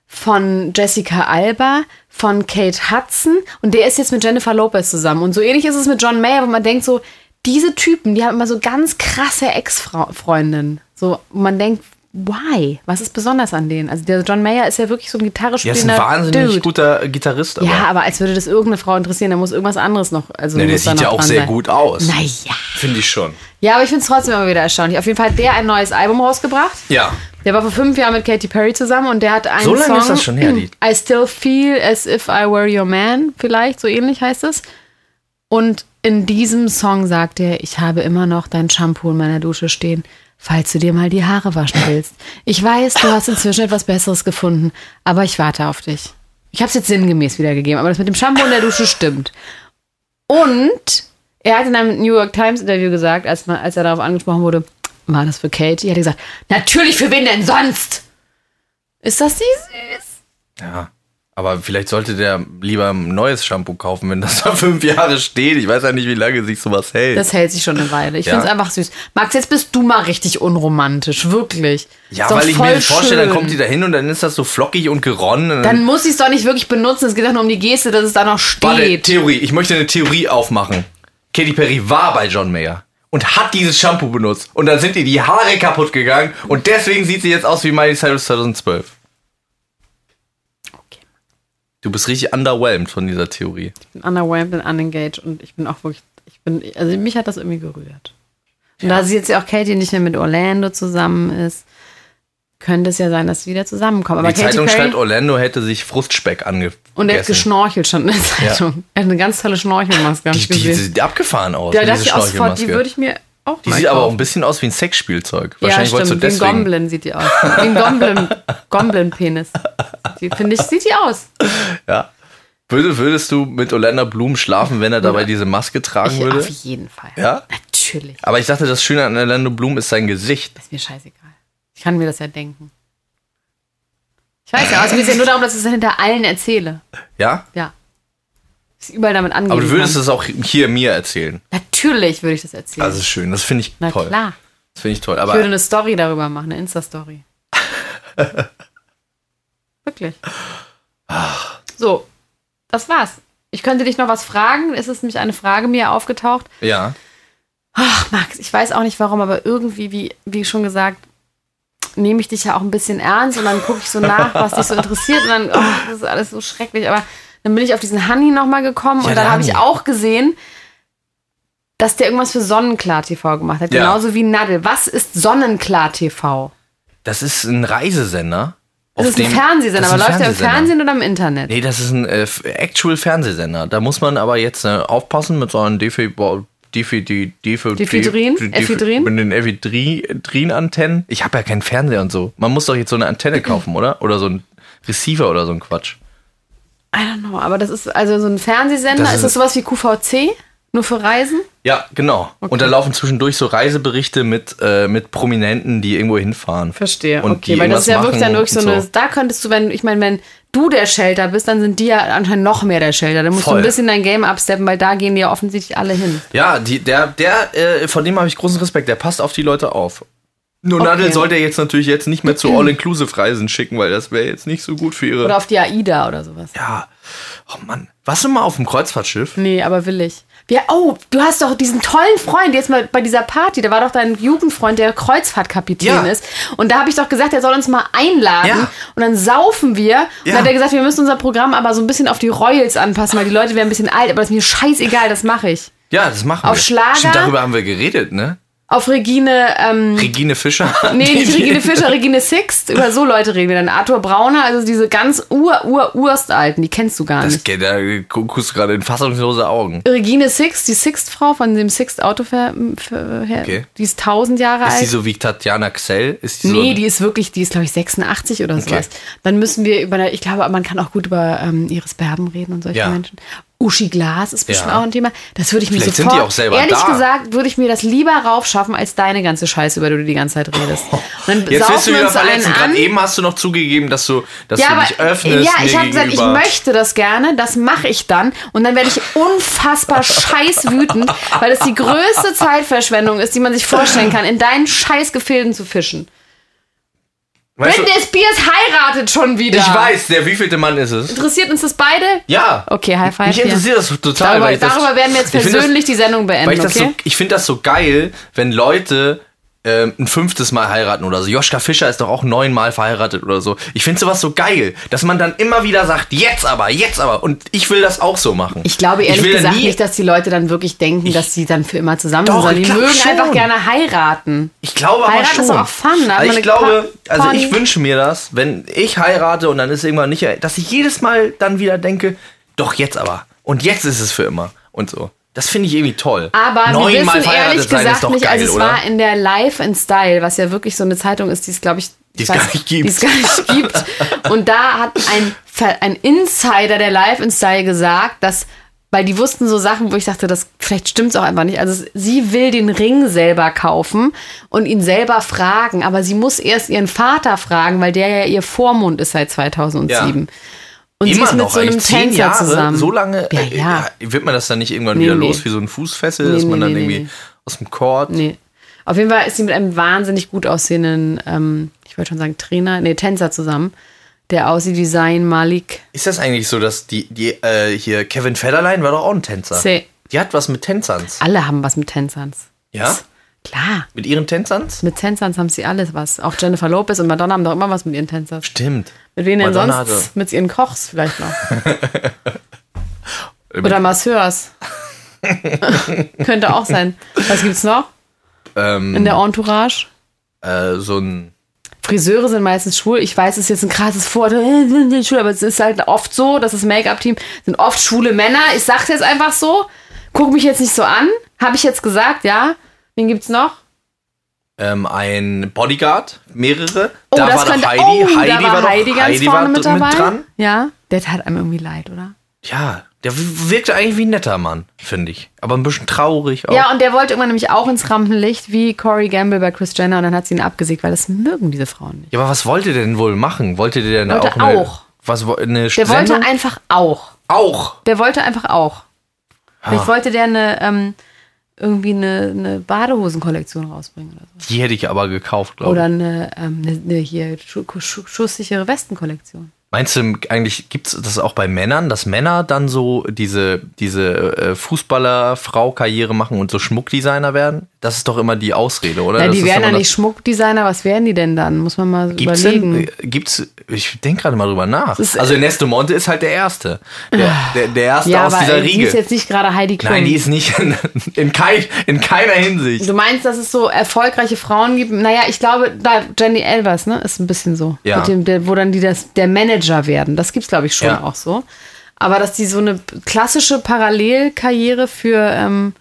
Speaker 1: von Jessica Alba, von Kate Hudson und der ist jetzt mit Jennifer Lopez zusammen. Und so ähnlich ist es mit John Mayer, wo man denkt so, diese Typen, die haben immer so ganz krasse Ex-Freundinnen. So, wo man denkt, why? Was ist besonders an denen? Also der John Mayer ist ja wirklich so ein Gitarre
Speaker 2: der ist ein
Speaker 1: spielender
Speaker 2: wahnsinnig
Speaker 1: Dude.
Speaker 2: guter Gitarrist. Aber.
Speaker 1: Ja, aber als würde das irgendeine Frau interessieren, da muss irgendwas anderes noch. Also
Speaker 2: Nee, der
Speaker 1: muss da
Speaker 2: sieht ja
Speaker 1: noch
Speaker 2: auch
Speaker 1: dran
Speaker 2: sehr
Speaker 1: sein.
Speaker 2: gut aus.
Speaker 1: Naja.
Speaker 2: Finde ich schon.
Speaker 1: Ja, aber ich finde es trotzdem immer wieder erstaunlich. Auf jeden Fall hat der ein neues Album rausgebracht.
Speaker 2: Ja.
Speaker 1: Der war vor fünf Jahren mit Katy Perry zusammen und der hat einen
Speaker 2: So lange
Speaker 1: Song.
Speaker 2: ist das schon her, die-
Speaker 1: I still feel as if I were your man, vielleicht, so ähnlich heißt es. Und in diesem Song sagt er, ich habe immer noch dein Shampoo in meiner Dusche stehen, falls du dir mal die Haare waschen willst. Ich weiß, du hast inzwischen etwas Besseres gefunden, aber ich warte auf dich. Ich habe es jetzt sinngemäß wiedergegeben, aber das mit dem Shampoo in der Dusche stimmt. Und er hat in einem New York Times Interview gesagt, als, man, als er darauf angesprochen wurde, war das für Katie? Er hat gesagt, natürlich für wen denn sonst? Ist das die süß?
Speaker 2: Ja. Aber vielleicht sollte der lieber ein neues Shampoo kaufen, wenn das da fünf Jahre steht. Ich weiß ja nicht, wie lange sich sowas hält.
Speaker 1: Das hält sich schon eine Weile. Ich
Speaker 2: Ja.
Speaker 1: find's einfach süß. Max, jetzt bist du mal richtig unromantisch, wirklich.
Speaker 2: ja,
Speaker 1: Ist doch
Speaker 2: weil ich
Speaker 1: voll
Speaker 2: mir das vorstelle, dann
Speaker 1: schön.
Speaker 2: kommt die da hin und dann ist das so flockig und geronnen. und
Speaker 1: Dann muss ich es doch nicht wirklich benutzen. Es geht doch nur um die Geste, dass es da noch
Speaker 2: Warte,
Speaker 1: steht.
Speaker 2: Theorie. Ich möchte eine Theorie aufmachen. Katy Perry war bei John Mayer und hat dieses Shampoo benutzt. Und dann sind ihr die Haare kaputt gegangen und deswegen sieht sie jetzt aus wie Miley Cyrus 2012.
Speaker 1: Okay.
Speaker 2: Du bist richtig underwhelmed von dieser Theorie.
Speaker 1: bin underwhelmed und unengaged und ich bin auch wirklich, ich bin, also mich hat das irgendwie gerührt. Und da sie jetzt ja auch Katie nicht mehr mit Orlando zusammen ist, könnte es ja sein, dass sie wieder zusammenkommen. Aber
Speaker 2: Die
Speaker 1: Katy
Speaker 2: Zeitung
Speaker 1: Perry
Speaker 2: schreibt, Orlando hätte sich Frustspeck ange.
Speaker 1: und er hat
Speaker 2: gegessen.
Speaker 1: geschnorchelt schon in der Zeitung. Er hat eine ganz tolle Schnorchelmaske, hab ich
Speaker 2: Die, die, die
Speaker 1: gesehen.
Speaker 2: sieht abgefahren aus.
Speaker 1: Da dachte
Speaker 2: diese
Speaker 1: ich auch sofort, die
Speaker 2: Schnorchelmaske.
Speaker 1: würde ich mir auch
Speaker 2: die
Speaker 1: mal
Speaker 2: sieht aber auch
Speaker 1: kaufen.
Speaker 2: ein bisschen aus wie ein Sexspielzeug.
Speaker 1: ja,
Speaker 2: Wahrscheinlich wolltest du
Speaker 1: stimmt, wie ein
Speaker 2: deswegen.
Speaker 1: Gomblin sieht die aus. Wie ein Gomblin, Gomblin-Penis. Die, Finde ich, sieht die aus.
Speaker 2: Ja. Würde, würdest du mit Orlando Bloom schlafen, wenn er dabei diese Maske tragen
Speaker 1: Ich,
Speaker 2: würde?
Speaker 1: auf jeden Fall.
Speaker 2: Ja?
Speaker 1: Natürlich.
Speaker 2: Aber ich dachte, das Schöne an Orlando Bloom ist sein Gesicht.
Speaker 1: Ist mir scheißegal. Ich kann mir das ja denken. Ich weiß ja, also mir geht ja nur darum, dass ich es hinter allen erzähle.
Speaker 2: Ja?
Speaker 1: Ja. Dass ich überall damit angehen
Speaker 2: Aber du würdest
Speaker 1: kann.
Speaker 2: es auch hier mir erzählen.
Speaker 1: Natürlich würde ich das erzählen.
Speaker 2: Das ist schön. Das finde ich
Speaker 1: Na
Speaker 2: toll.
Speaker 1: klar.
Speaker 2: Das finde ich toll.
Speaker 1: Ich würde
Speaker 2: Aber
Speaker 1: eine Story darüber machen, eine Insta-Story. Wirklich. So, das war's. Ich könnte dich noch was fragen. Es ist nämlich eine Frage mir aufgetaucht.
Speaker 2: ja.
Speaker 1: Ach, Max, ich weiß auch nicht warum, aber irgendwie, wie, wie schon gesagt, nehme ich dich ja auch ein bisschen ernst und dann gucke ich so nach, was dich so interessiert und dann, oh, das ist alles so schrecklich. Aber dann bin ich auf diesen Hanni nochmal gekommen
Speaker 2: Ja,
Speaker 1: und
Speaker 2: der
Speaker 1: dann habe ich
Speaker 2: Hanni.
Speaker 1: auch gesehen, dass der irgendwas für Sonnenklar TV gemacht hat.
Speaker 2: Ja.
Speaker 1: Genauso wie Nadel. Was ist Sonnenklar TV?
Speaker 2: Das ist ein Reisesender.
Speaker 1: Das
Speaker 2: auf
Speaker 1: ist ein
Speaker 2: dem-
Speaker 1: Fernsehsender,
Speaker 2: das ist
Speaker 1: aber
Speaker 2: ein
Speaker 1: läuft der im
Speaker 2: Fernsehsender.
Speaker 1: Fernsehen oder im Internet?
Speaker 2: Nee, das ist ein äh, actual Fernsehsender. Da muss man aber jetzt äh, aufpassen mit so einem Defi Defi Defi
Speaker 1: Difidrin? Ephedrin?
Speaker 2: Mit den Ephedrin-Antennen. Ich habe ja keinen Fernseher und so. Man muss doch jetzt so eine Antenne kaufen, oder? Oder so ein Receiver oder so ein Quatsch.
Speaker 1: I don't know, aber das ist also so ein Fernsehsender.
Speaker 2: Das
Speaker 1: ist
Speaker 2: ist-
Speaker 1: das sowas wie QVC? Nur für Reisen?
Speaker 2: Ja, genau. Und da laufen zwischendurch so Reiseberichte mit, äh, mit Prominenten, die irgendwo hinfahren.
Speaker 1: Verstehe,
Speaker 2: Und
Speaker 1: okay,
Speaker 2: die
Speaker 1: weil das ist
Speaker 2: irgendwas
Speaker 1: ja wirklich dann
Speaker 2: machen
Speaker 1: wirklich so
Speaker 2: und
Speaker 1: eine,
Speaker 2: so.
Speaker 1: da könntest du, wenn, ich meine, wenn du der Shelter bist, dann sind die ja anscheinend noch mehr der Shelter. Dann musst du
Speaker 2: Voll.
Speaker 1: ein bisschen dein Game upsteppen, weil da gehen die ja offensichtlich alle hin.
Speaker 2: Ja, die, der, der, äh, von dem habe ich großen Respekt. Der passt auf die Leute auf. Nur
Speaker 1: Okay.
Speaker 2: Nadel sollte jetzt natürlich jetzt nicht mehr zu All-Inclusive-Reisen schicken, weil das wäre jetzt nicht so gut für ihre.
Speaker 1: Oder auf die AIDA oder sowas.
Speaker 2: ja. Oh Mann. Warst du mal auf dem Kreuzfahrtschiff?
Speaker 1: Nee, aber will ich. Ja, oh, du hast doch diesen tollen Freund jetzt mal bei dieser Party. Da war doch dein Jugendfreund, der Kreuzfahrtkapitän
Speaker 2: Ja.
Speaker 1: ist. Und da habe ich doch gesagt, er soll uns mal einladen.
Speaker 2: Ja.
Speaker 1: Und dann saufen wir. Und
Speaker 2: Ja.
Speaker 1: dann hat er gesagt, wir müssen unser Programm aber so ein bisschen auf die Royals anpassen, weil die Leute werden ein bisschen alt. Aber das ist mir scheißegal, das mache ich.
Speaker 2: Ja, das machen wir.
Speaker 1: Auf Schlager?
Speaker 2: Stimmt, darüber haben wir geredet, ne?
Speaker 1: Auf Regine ähm,
Speaker 2: Regine Fischer.
Speaker 1: Nee, nicht
Speaker 2: Die-
Speaker 1: Regine Fischer, Regine Sixt. Über so Leute reden wir dann. Arthur Brauner, also diese ganz ur ur urstalten die kennst du gar
Speaker 2: Das
Speaker 1: nicht.
Speaker 2: geht, da guckst du gerade in fassungslose Augen.
Speaker 1: Regine Sixt, die Sixt-Frau von dem Sixt-Autoverher,
Speaker 2: Okay.
Speaker 1: die ist tausend Jahre
Speaker 2: Ist
Speaker 1: alt.
Speaker 2: die so wie Tatjana Xell? Ist die so
Speaker 1: Nee, die ist wirklich, die ist glaube ich 86 oder sowas.
Speaker 2: Okay.
Speaker 1: Dann müssen wir über, ich glaube, man kann auch gut über ähm, Iris Berben reden und solche
Speaker 2: Ja.
Speaker 1: Menschen. Uschi Glas ist bestimmt
Speaker 2: Ja.
Speaker 1: auch ein Thema. Das würde ich mir
Speaker 2: Vielleicht sind
Speaker 1: sofort.
Speaker 2: die auch selber
Speaker 1: ehrlich
Speaker 2: da.
Speaker 1: gesagt würde ich mir das lieber raufschaffen als deine ganze Scheiße, über die du die ganze Zeit redest. Und dann
Speaker 2: Jetzt
Speaker 1: saufen
Speaker 2: willst du
Speaker 1: wir
Speaker 2: wieder
Speaker 1: uns einen
Speaker 2: verletzen.
Speaker 1: an.
Speaker 2: Gerade eben hast du noch zugegeben, dass du, dass du dich öffnest.
Speaker 1: Ja, ich
Speaker 2: mir
Speaker 1: habe gesagt, ich
Speaker 2: gegenüber.
Speaker 1: möchte das gerne, das mache ich dann. Und dann werde ich unfassbar scheißwütend, weil das die größte Zeitverschwendung ist, die man sich vorstellen kann, in deinen scheiß Gefilden zu fischen.
Speaker 2: Weißt du,
Speaker 1: Britney Spears heiratet schon wieder.
Speaker 2: ich weiß, der wievielte Mann ist es.
Speaker 1: Interessiert uns das beide?
Speaker 2: Ja.
Speaker 1: Okay, High Five.
Speaker 2: Mich
Speaker 1: hier.
Speaker 2: interessiert das total.
Speaker 1: Darüber,
Speaker 2: weil ich das,
Speaker 1: darüber werden wir jetzt
Speaker 2: ich find das-
Speaker 1: persönlich die Sendung
Speaker 2: Weil ich
Speaker 1: beenden,
Speaker 2: das
Speaker 1: okay?
Speaker 2: so, ich finde das so geil, wenn Leute ähm, ein fünftes Mal heiraten oder so. Joschka Fischer ist doch auch neunmal verheiratet oder so. Ich finde sowas so geil, dass man dann immer wieder sagt, jetzt aber, jetzt aber. Und ich will das auch so machen.
Speaker 1: Ich glaube ehrlich
Speaker 2: will
Speaker 1: gesagt
Speaker 2: nie,
Speaker 1: nicht, dass die Leute dann wirklich denken, dass sie dann für immer zusammen
Speaker 2: Doch,
Speaker 1: sind, sondern
Speaker 2: ich
Speaker 1: die
Speaker 2: glaub
Speaker 1: mögen
Speaker 2: schon.
Speaker 1: einfach gerne heiraten.
Speaker 2: Ich glaube aber
Speaker 1: Heiraten
Speaker 2: schon.
Speaker 1: ist doch auch fun, da hat man
Speaker 2: Also ich
Speaker 1: eine
Speaker 2: glaube,
Speaker 1: Pa-
Speaker 2: also ich
Speaker 1: Party.
Speaker 2: wünsche mir das, wenn ich heirate und dann ist irgendwann nicht, dass ich jedes Mal dann wieder denke, doch jetzt aber. Und jetzt ist es für immer. Und so. Das finde ich irgendwie toll.
Speaker 1: Aber wir
Speaker 2: Neunmal
Speaker 1: wissen
Speaker 2: verheiratet
Speaker 1: ehrlich
Speaker 2: sein ist
Speaker 1: gesagt
Speaker 2: doch
Speaker 1: nicht,
Speaker 2: geil,
Speaker 1: also es
Speaker 2: oder?
Speaker 1: war in der Live in Style, was ja wirklich so eine Zeitung ist, die es glaube ich
Speaker 2: Die
Speaker 1: ich
Speaker 2: es
Speaker 1: weiß,
Speaker 2: gar nicht gibt.
Speaker 1: Die es gar nicht gibt. Und da hat ein, Ver- ein Insider der Live in Style gesagt, dass weil die wussten so Sachen, wo ich dachte, das vielleicht stimmt's auch einfach nicht. Also es- sie will den Ring selber kaufen und ihn selber fragen, aber sie muss erst ihren Vater fragen, weil der ja ihr Vormund ist seit 2007. Und sie
Speaker 2: Immer
Speaker 1: ist mit
Speaker 2: noch,
Speaker 1: so
Speaker 2: eigentlich
Speaker 1: einem
Speaker 2: zehn
Speaker 1: Tänzer
Speaker 2: Jahre,
Speaker 1: zusammen.
Speaker 2: So lange
Speaker 1: Ja,
Speaker 2: äh,
Speaker 1: ja.
Speaker 2: wird man das dann nicht irgendwann
Speaker 1: Nee,
Speaker 2: wieder
Speaker 1: nee.
Speaker 2: los, wie so ein Fußfessel,
Speaker 1: Nee,
Speaker 2: dass man
Speaker 1: nee,
Speaker 2: dann
Speaker 1: nee,
Speaker 2: irgendwie
Speaker 1: nee.
Speaker 2: aus dem Court.
Speaker 1: Nee. Auf jeden Fall ist sie mit einem wahnsinnig gut aussehenden, ähm, ich wollte schon sagen Trainer, nee, Tänzer zusammen, der aussieht wie Sein Malik.
Speaker 2: Ist das eigentlich so, dass die, die äh, hier Kevin Federline war doch auch ein Tänzer.
Speaker 1: See.
Speaker 2: Die hat was mit Tänzerns.
Speaker 1: Alle haben was mit Tänzerns.
Speaker 2: Ja?
Speaker 1: Klar,
Speaker 2: Mit ihren Tänzerns?
Speaker 1: mit Tänzerns haben sie alles was. Auch Jennifer Lopez und Madonna haben doch immer was mit ihren Tänzern.
Speaker 2: Stimmt.
Speaker 1: Mit wem denn
Speaker 2: Madonna
Speaker 1: sonst?
Speaker 2: hatte-
Speaker 1: Mit ihren Kochs vielleicht noch. Oder Masseurs. Könnte auch sein. Was gibt's noch in
Speaker 2: Ähm,
Speaker 1: der Entourage?
Speaker 2: äh, so ein.
Speaker 1: Friseure sind meistens schwul. Ich weiß, es ist jetzt ein krasses Vorteil, äh, schwul, aber es ist halt oft so, dass das Make-up-Team sind oft schwule Männer. Ich sag's jetzt einfach so. Guck mich jetzt nicht so an. Habe ich jetzt gesagt, ja. Wen gibt's noch?
Speaker 2: Ähm, ein Bodyguard, mehrere.
Speaker 1: Oh,
Speaker 2: da
Speaker 1: das
Speaker 2: war
Speaker 1: könnte.
Speaker 2: doch Heidi.
Speaker 1: oh,
Speaker 2: Heidi
Speaker 1: da war,
Speaker 2: war doch,
Speaker 1: Heidi ganz
Speaker 2: Heidi
Speaker 1: vorne
Speaker 2: war
Speaker 1: mit
Speaker 2: dr-
Speaker 1: dabei.
Speaker 2: dran.
Speaker 1: Ja, der tat einem irgendwie leid, oder?
Speaker 2: Ja, der w- wirkte eigentlich wie ein netter Mann, finde ich. Aber ein bisschen traurig auch.
Speaker 1: Ja, und der wollte irgendwann nämlich auch ins Rampenlicht, wie Corey Gamble bei Chris Jenner, und dann hat sie ihn abgesägt, weil das mögen diese Frauen nicht.
Speaker 2: Ja, aber was wollte der denn wohl machen? Wollte der denn
Speaker 1: Wollte
Speaker 2: auch eine,
Speaker 1: auch.
Speaker 2: Was, wo- eine
Speaker 1: Der wollte
Speaker 2: Sendung?
Speaker 1: einfach auch.
Speaker 2: auch.
Speaker 1: Der wollte einfach auch. Vielleicht wollte der eine, ähm, irgendwie eine, eine Badehosenkollektion rausbringen oder so.
Speaker 2: Die hätte ich aber gekauft, glaube
Speaker 1: Oder
Speaker 2: ich.
Speaker 1: eine, ähm, eine, eine hier schu schu schusssichere Westenkollektion.
Speaker 2: Meinst du eigentlich, gibt es das auch bei Männern, dass Männer dann so diese, diese äh, Fußballer-Frau-Karriere machen und so Schmuckdesigner werden? Das ist doch immer die Ausrede, oder?
Speaker 1: Na,
Speaker 2: das
Speaker 1: die
Speaker 2: ist
Speaker 1: werden ja
Speaker 2: immer
Speaker 1: nicht Schmuckdesigner, was werden die denn dann? Muss man mal
Speaker 2: Gibt's
Speaker 1: überlegen.
Speaker 2: denn, äh, gibt's, ich denke gerade mal drüber nach.
Speaker 1: ist, äh,
Speaker 2: also Ernesto Monte ist halt der Erste. Der, der, der Erste
Speaker 1: ja,
Speaker 2: aus
Speaker 1: aber
Speaker 2: dieser
Speaker 1: äh, die ist
Speaker 2: Riege.
Speaker 1: jetzt nicht gerade Heidi Klum.
Speaker 2: Nein, die ist nicht in, in, kein, in keiner Hinsicht.
Speaker 1: du meinst, dass es so erfolgreiche Frauen gibt? Naja, ich glaube, da Jenny Elvers, ne, ist ein bisschen so.
Speaker 2: Ja.
Speaker 1: Mit dem, der, wo dann die das, der Manager werden. Das gibt's, glaube ich, schon
Speaker 2: Ja.
Speaker 1: auch so. Aber dass die so eine klassische Parallelkarriere für, ähm,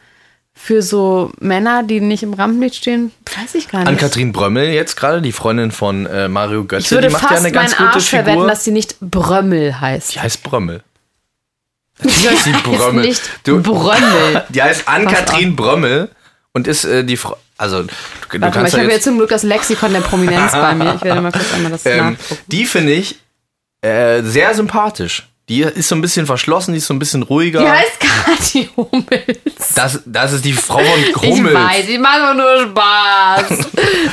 Speaker 1: für so Männer, die nicht im Rampenlicht stehen, weiß ich gar nicht.
Speaker 2: An Katrin Brömmel jetzt gerade, die Freundin von äh, Mario Götze,
Speaker 1: Ich würde
Speaker 2: die macht ja
Speaker 1: fast
Speaker 2: eine ganz
Speaker 1: meinen
Speaker 2: gute
Speaker 1: Arsch verwetten,
Speaker 2: Figur.
Speaker 1: dass sie nicht Brömmel heißt.
Speaker 2: Die heißt Brömmel. Die heißt die Brömmel.
Speaker 1: Ist
Speaker 2: Du-
Speaker 1: nicht Brömmel.
Speaker 2: Die heißt Ann-Kathrin Brömmel und ist äh, die Frau. Also, du,
Speaker 1: Warte
Speaker 2: du
Speaker 1: mal, ich
Speaker 2: kannst ja
Speaker 1: habe
Speaker 2: jetzt.
Speaker 1: jetzt zum Glück das Lexikon der Prominenz bei mir. Ich werde mal kurz einmal das
Speaker 2: ähm,
Speaker 1: nachgucken.
Speaker 2: die finde ich äh, sehr sympathisch. Die ist so ein bisschen verschlossen, die ist so ein bisschen ruhiger.
Speaker 1: Die heißt Kathi Hummels.
Speaker 2: das, das ist die Frau von Krummel.
Speaker 1: Ich weiß, ich mache nur Spaß.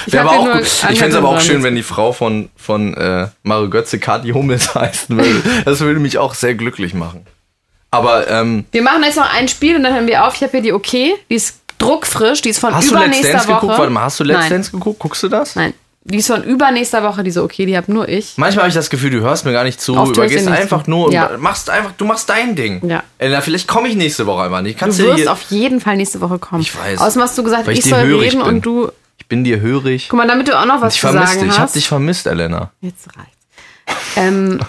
Speaker 1: Ich,
Speaker 2: Wär
Speaker 1: hab
Speaker 2: aber
Speaker 1: dir
Speaker 2: auch
Speaker 1: nur
Speaker 2: gut. Ich fände es aber auch schön, wenn die Frau von, von äh, Mario Götze Kati Hummels heißen würde. Das würde mich auch sehr glücklich machen. Aber ähm,
Speaker 1: Wir machen jetzt noch ein Spiel und dann hören wir auf. Ich habe hier die OK. Die ist druckfrisch. Die ist von
Speaker 2: hast du Let's
Speaker 1: übernächster
Speaker 2: Dance
Speaker 1: Woche.
Speaker 2: geguckt? Warte mal, hast du Let's
Speaker 1: Nein.
Speaker 2: Dance geguckt? Guckst du das?
Speaker 1: Nein. Die ist von übernächster Woche, diese OK. Die habe nur ich.
Speaker 2: Manchmal habe ich das Gefühl, du hörst mir gar nicht zu,
Speaker 1: Oft hörst du
Speaker 2: übergehst
Speaker 1: nicht
Speaker 2: einfach
Speaker 1: zu.
Speaker 2: nur und
Speaker 1: Ja.
Speaker 2: machst einfach, du machst dein Ding.
Speaker 1: Ja.
Speaker 2: Elena, vielleicht komme ich nächste Woche einfach nicht. Kannst
Speaker 1: Du
Speaker 2: du
Speaker 1: wirst
Speaker 2: hier,
Speaker 1: auf jeden Fall nächste Woche kommen.
Speaker 2: Ich weiß.
Speaker 1: Außerdem hast du gesagt,
Speaker 2: Weil
Speaker 1: ich,
Speaker 2: ich dir
Speaker 1: soll
Speaker 2: hörig
Speaker 1: reden
Speaker 2: bin.
Speaker 1: und du.
Speaker 2: ich bin dir hörig.
Speaker 1: Guck mal, damit du auch noch was
Speaker 2: Ich
Speaker 1: zu
Speaker 2: vermisse
Speaker 1: sagen
Speaker 2: dich. Ich habe
Speaker 1: hast.
Speaker 2: dich vermisst, Elena.
Speaker 1: Jetzt reicht's. Ähm,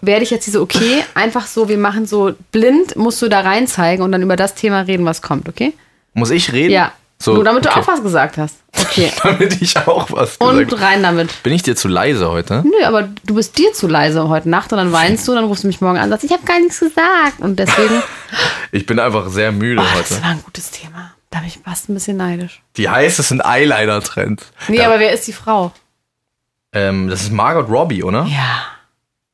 Speaker 1: werde ich jetzt diese okay, einfach so, wir machen so blind, musst du da reinzeigen und dann über das Thema reden, was kommt, okay?
Speaker 2: Muss ich reden?
Speaker 1: Ja.
Speaker 2: So,
Speaker 1: Nur damit
Speaker 2: okay.
Speaker 1: du auch was gesagt hast. Okay.
Speaker 2: Damit ich auch was gesagt
Speaker 1: Und rein damit.
Speaker 2: Bin ich dir zu leise heute?
Speaker 1: Nö, aber du bist dir zu leise heute Nacht und dann weinst du, dann rufst du mich morgen an und sagst, ich habe gar nichts gesagt. Und deswegen.
Speaker 2: Ich bin einfach sehr müde
Speaker 1: Ach, das
Speaker 2: heute.
Speaker 1: war ein gutes Thema. Da bin ich fast ein bisschen neidisch.
Speaker 2: Die heißesten Eyeliner-Trends.
Speaker 1: Nee,
Speaker 2: ja.
Speaker 1: aber wer ist die Frau?
Speaker 2: ähm, das ist Margot Robbie, oder?
Speaker 1: Ja.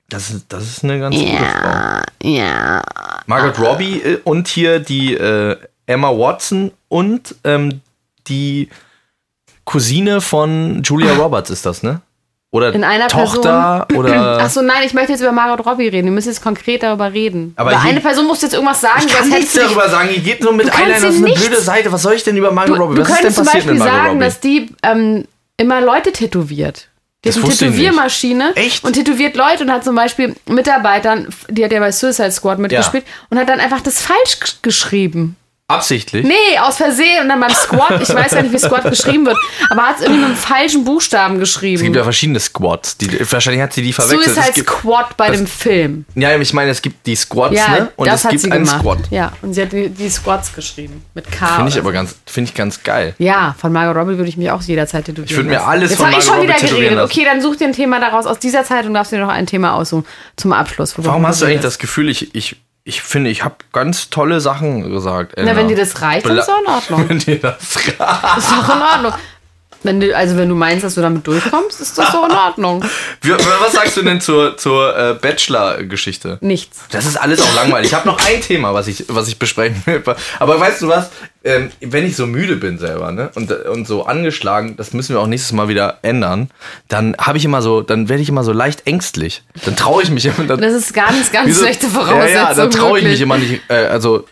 Speaker 2: Das ist, das ist eine ganz gute Frau.
Speaker 1: Ja. Ja.
Speaker 2: Margot Robbie äh, und hier die äh, Emma Watson und ähm, die Cousine von Julia Roberts ist das, ne? Oder
Speaker 1: Ah. In einer
Speaker 2: Tochter
Speaker 1: Person.
Speaker 2: oder.
Speaker 1: Ach so, nein, ich möchte jetzt über Margot Robbie reden. Wir müssen jetzt konkret darüber reden.
Speaker 2: Aber
Speaker 1: über
Speaker 2: hier-
Speaker 1: eine Person musst du jetzt irgendwas sagen,
Speaker 2: Ich kann
Speaker 1: sonst
Speaker 2: nichts
Speaker 1: hättest du dich-
Speaker 2: darüber sagen. Ihr geht nur mit
Speaker 1: Du kannst
Speaker 2: Eyeliner. Das ist
Speaker 1: ihm
Speaker 2: eine
Speaker 1: nichts-
Speaker 2: blöde Seite. Was soll ich denn über Margot
Speaker 1: Du,
Speaker 2: Robbie?
Speaker 1: du
Speaker 2: Was ist denn
Speaker 1: könntest zum
Speaker 2: passiert
Speaker 1: Beispiel
Speaker 2: mit Margot
Speaker 1: sagen,
Speaker 2: Robbie?
Speaker 1: dass die ähm, immer Leute tätowiert. Die
Speaker 2: Das
Speaker 1: hat eine
Speaker 2: wusste ich nicht.
Speaker 1: Tätowiermaschine
Speaker 2: Echt?
Speaker 1: und tätowiert Leute und hat zum Beispiel Mitarbeitern, die hat ja bei Suicide Squad mitgespielt und hat dann einfach das falsch g- geschrieben.
Speaker 2: Absichtlich.
Speaker 1: Nee, aus Versehen und dann beim Squad, ich weiß ja nicht, wie Squad geschrieben wird, aber hat es irgendwie mit einem falschen Buchstaben
Speaker 2: Es gibt ja
Speaker 1: geschrieben.
Speaker 2: verschiedene Squads. Die, wahrscheinlich hat sie die verwechselt.
Speaker 1: Suicide
Speaker 2: es gibt,
Speaker 1: Squad bei dem Film.
Speaker 2: ja, ich meine, es gibt die Squads,
Speaker 1: Ja,
Speaker 2: ne? Und
Speaker 1: das
Speaker 2: es
Speaker 1: hat
Speaker 2: gibt
Speaker 1: sie
Speaker 2: einen
Speaker 1: gemacht. Ah,
Speaker 2: Squad.
Speaker 1: Ja, und sie hat die, die Squads geschrieben mit K.
Speaker 2: Finde ich
Speaker 1: oder so.
Speaker 2: aber ganz, finde ich ganz geil.
Speaker 1: Ja, von Margot Robbie würde ich mich auch jederzeit tätowieren.
Speaker 2: Ich würde mir
Speaker 1: lassen.
Speaker 2: alles
Speaker 1: Jetzt
Speaker 2: von
Speaker 1: habe ich
Speaker 2: Margot
Speaker 1: schon wieder
Speaker 2: Robbie tätowieren
Speaker 1: geredet.
Speaker 2: lassen.
Speaker 1: Okay, dann such dir ein Thema daraus aus dieser Zeit und darfst dir noch ein Thema aussuchen zum Abschluss. worüber
Speaker 2: Warum hast du eigentlich
Speaker 1: redest.
Speaker 2: das Gefühl, ich, ich, ich finde, ich habe ganz tolle Sachen gesagt.
Speaker 1: Na, wenn dir das reicht, dann ist auch in Ordnung.
Speaker 2: Wenn dir das
Speaker 1: Ist doch in Ordnung. Wenn du, also wenn du meinst, dass du damit durchkommst, ist das doch in Ordnung.
Speaker 2: Wie- Was sagst du denn zur, zur äh, Bachelor-Geschichte?
Speaker 1: Nichts.
Speaker 2: Das ist alles auch langweilig. Ich habe noch ein Thema, was ich, was ich besprechen will. Aber weißt du was? Ähm, wenn ich so müde bin selber ne? und, und so angeschlagen, das müssen wir auch nächstes Mal wieder ändern, dann habe ich immer so, dann werde ich immer so leicht ängstlich. Dann traue ich mich immer. Dann,
Speaker 1: Das ist ganz, ganz
Speaker 2: Wieso?
Speaker 1: schlechte Voraussetzung.
Speaker 2: Ja, ja, da traue ich
Speaker 1: wirklich.
Speaker 2: mich immer nicht, äh, also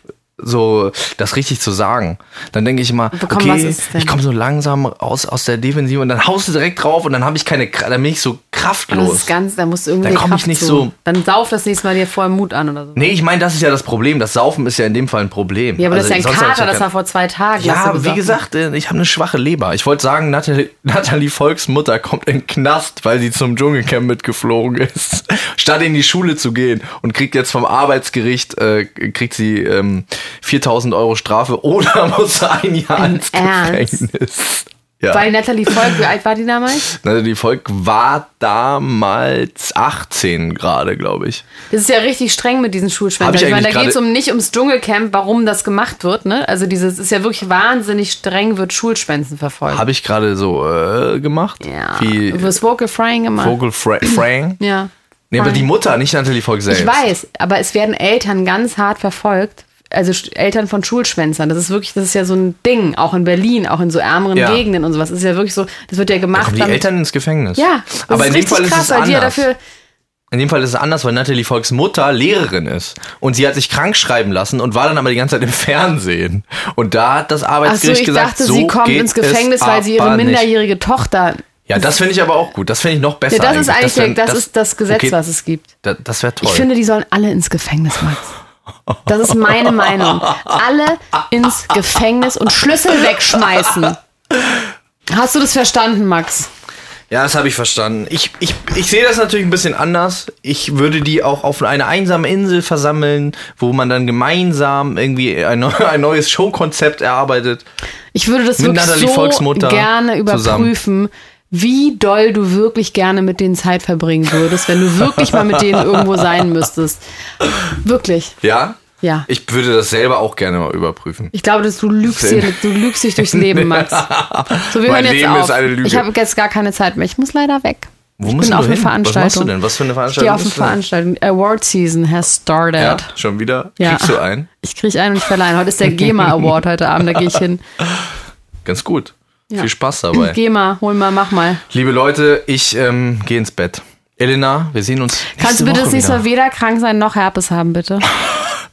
Speaker 2: so das richtig zu sagen. Dann denke ich immer,
Speaker 1: Komm, was
Speaker 2: okay,
Speaker 1: ist denn?
Speaker 2: ich komme so langsam aus, aus der Defensive und dann haust du direkt drauf und dann habe ich keine, Kra- dann bin ich so
Speaker 1: Das
Speaker 2: kraftlos.
Speaker 1: ist ganz, da musst du irgendwie
Speaker 2: Da komm ich
Speaker 1: Kraft
Speaker 2: nicht
Speaker 1: zu.
Speaker 2: so-
Speaker 1: Dann sauf das nächste Mal dir vorher Mut an oder so.
Speaker 2: nee, ich meine, das ist ja das Problem. Das Saufen ist ja in dem Fall ein Problem.
Speaker 1: Ja, aber das ist
Speaker 2: Also,
Speaker 1: ja ein
Speaker 2: sonst hab ich
Speaker 1: Kater, das
Speaker 2: kein-
Speaker 1: war vor zwei Tagen. hast du
Speaker 2: ja, wie gesagt, äh, ich habe eine schwache Leber. Ich wollte sagen, Nathalie, Nathalie Volks Mutter kommt in den Knast, weil sie zum Dschungelcamp mitgeflogen ist, statt in die Schule zu gehen und kriegt jetzt vom Arbeitsgericht äh, kriegt sie ähm, 4000 Euro Strafe oder muss ein Jahr
Speaker 1: Im
Speaker 2: ins
Speaker 1: Ernst?
Speaker 2: Gefängnis. Ja.
Speaker 1: Weil Natalie Volk, wie alt war die damals?
Speaker 2: Nathalie Volk war damals 18 gerade, glaube ich.
Speaker 1: Das ist ja richtig streng mit diesen
Speaker 2: Hab
Speaker 1: Schulschwänzern.
Speaker 2: ich
Speaker 1: Ich, meine,
Speaker 2: eigentlich
Speaker 1: da geht es
Speaker 2: gerade-
Speaker 1: um nicht ums Dschungelcamp, warum das gemacht wird. Ne? Also dieses ist ja wirklich wahnsinnig streng, wird Schulschwänzen verfolgt.
Speaker 2: Habe ich gerade so äh, gemacht?
Speaker 1: ja.
Speaker 2: Wie
Speaker 1: Du wirst Vocal Frying gemacht.
Speaker 2: Vogel Fra Frank?
Speaker 1: ja.
Speaker 2: Nee, aber
Speaker 1: Frying.
Speaker 2: die Mutter, nicht Nathalie Volk selbst.
Speaker 1: Ich weiß, aber es werden Eltern ganz hart verfolgt. Also Sch- Eltern von Schulschwänzern. Das ist wirklich, das ist ja so ein Ding, auch in Berlin, auch in so ärmeren
Speaker 2: Ja.
Speaker 1: Gegenden und sowas. Das ist ja wirklich so, das wird ja
Speaker 2: Da
Speaker 1: gemacht.
Speaker 2: kommen die
Speaker 1: damit-
Speaker 2: Eltern ins Gefängnis.
Speaker 1: ja, das
Speaker 2: aber
Speaker 1: ist
Speaker 2: in dem
Speaker 1: richtig
Speaker 2: Fall
Speaker 1: krass,
Speaker 2: ist es
Speaker 1: weil
Speaker 2: anders.
Speaker 1: die ja dafür,
Speaker 2: in dem Fall ist es anders, weil Natalie Volks Mutter Lehrerin ist und sie hat sich krank schreiben lassen und war dann aber die ganze Zeit im Fernsehen und da hat das
Speaker 1: ach so,
Speaker 2: Arbeitsgericht
Speaker 1: ich
Speaker 2: gesagt,
Speaker 1: dachte,
Speaker 2: so
Speaker 1: sie kommt
Speaker 2: geht
Speaker 1: ins Gefängnis,
Speaker 2: es
Speaker 1: weil sie ihre
Speaker 2: aber nicht.
Speaker 1: minderjährige Tochter
Speaker 2: Ja, das finde ich aber auch gut. Das finde ich noch besser.
Speaker 1: Ja, das ist eigentlich
Speaker 2: wär-
Speaker 1: der- das, ist das Gesetz,
Speaker 2: okay,
Speaker 1: was es gibt.
Speaker 2: Da, das wäre toll.
Speaker 1: Ich finde, die sollen alle ins Gefängnis, Max. Das ist meine Meinung. Alle ins Gefängnis und Schlüssel wegschmeißen. Hast du das verstanden, Max?
Speaker 2: Ja, das habe ich verstanden. Ich, ich, ich sehe das natürlich ein bisschen anders. Ich würde die auch auf einer einsamen Insel versammeln, wo man dann gemeinsam irgendwie ein, neu- ein neues Showkonzept erarbeitet.
Speaker 1: Ich würde das
Speaker 2: Mit Natalie
Speaker 1: wirklich so
Speaker 2: Volksmutter
Speaker 1: gerne überprüfen, wie doll du wirklich gerne mit denen Zeit verbringen würdest, wenn du wirklich mal mit denen irgendwo sein müsstest. Wirklich,
Speaker 2: Ja?
Speaker 1: ja.
Speaker 2: Ich würde das selber auch gerne mal überprüfen.
Speaker 1: Ich glaube, dass du lügst,
Speaker 2: Sinn.
Speaker 1: hier, du lügst dich durchs Leben, Max. So, wir hören
Speaker 2: Mein
Speaker 1: jetzt
Speaker 2: Leben
Speaker 1: auf.
Speaker 2: ist eine Lüge.
Speaker 1: Ich habe jetzt gar keine Zeit mehr. Ich muss leider weg.
Speaker 2: Wo
Speaker 1: ich
Speaker 2: musst
Speaker 1: bin
Speaker 2: du
Speaker 1: auf einer
Speaker 2: hin?
Speaker 1: Veranstaltung.
Speaker 2: Was machst du denn? Was für eine
Speaker 1: Ich gehe auf eine
Speaker 2: Veranstaltung? bist du denn?
Speaker 1: Veranstaltung. Award Season has started.
Speaker 2: Ja, schon wieder?
Speaker 1: Ja.
Speaker 2: Kriegst du ein?
Speaker 1: Ich kriege einen und ich verleihe. einen. Heute ist der GEMA Award heute Abend, da gehe ich hin.
Speaker 2: Ganz gut.
Speaker 1: Ja.
Speaker 2: Viel Spaß dabei.
Speaker 1: GEMA, hol mal, mach mal.
Speaker 2: Liebe Leute, ich ähm, gehe ins Bett. Elena, wir sehen uns.
Speaker 1: Kannst du
Speaker 2: nächste
Speaker 1: bitte
Speaker 2: Woche
Speaker 1: das nächste
Speaker 2: wieder.
Speaker 1: Mal weder krank sein noch Herpes haben, bitte?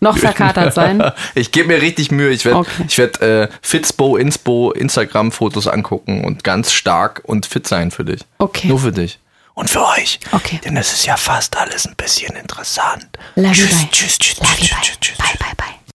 Speaker 1: noch verkatert sein.
Speaker 2: Ich gebe mir richtig Mühe. Ich werde
Speaker 1: Okay.
Speaker 2: ich werd, äh, Fitzbo, Insbo, Instagram-Fotos angucken und ganz stark und fit sein für dich.
Speaker 1: Okay.
Speaker 2: Nur für dich. Und für euch.
Speaker 1: Okay.
Speaker 2: Denn es ist ja fast alles ein bisschen interessant.
Speaker 1: Love you,
Speaker 2: tschüss,
Speaker 1: bye.
Speaker 2: tschüss, tschüss,
Speaker 1: Love you,
Speaker 2: tschüss, tschüss, tschüss.
Speaker 1: bye. Bye, bye, bye.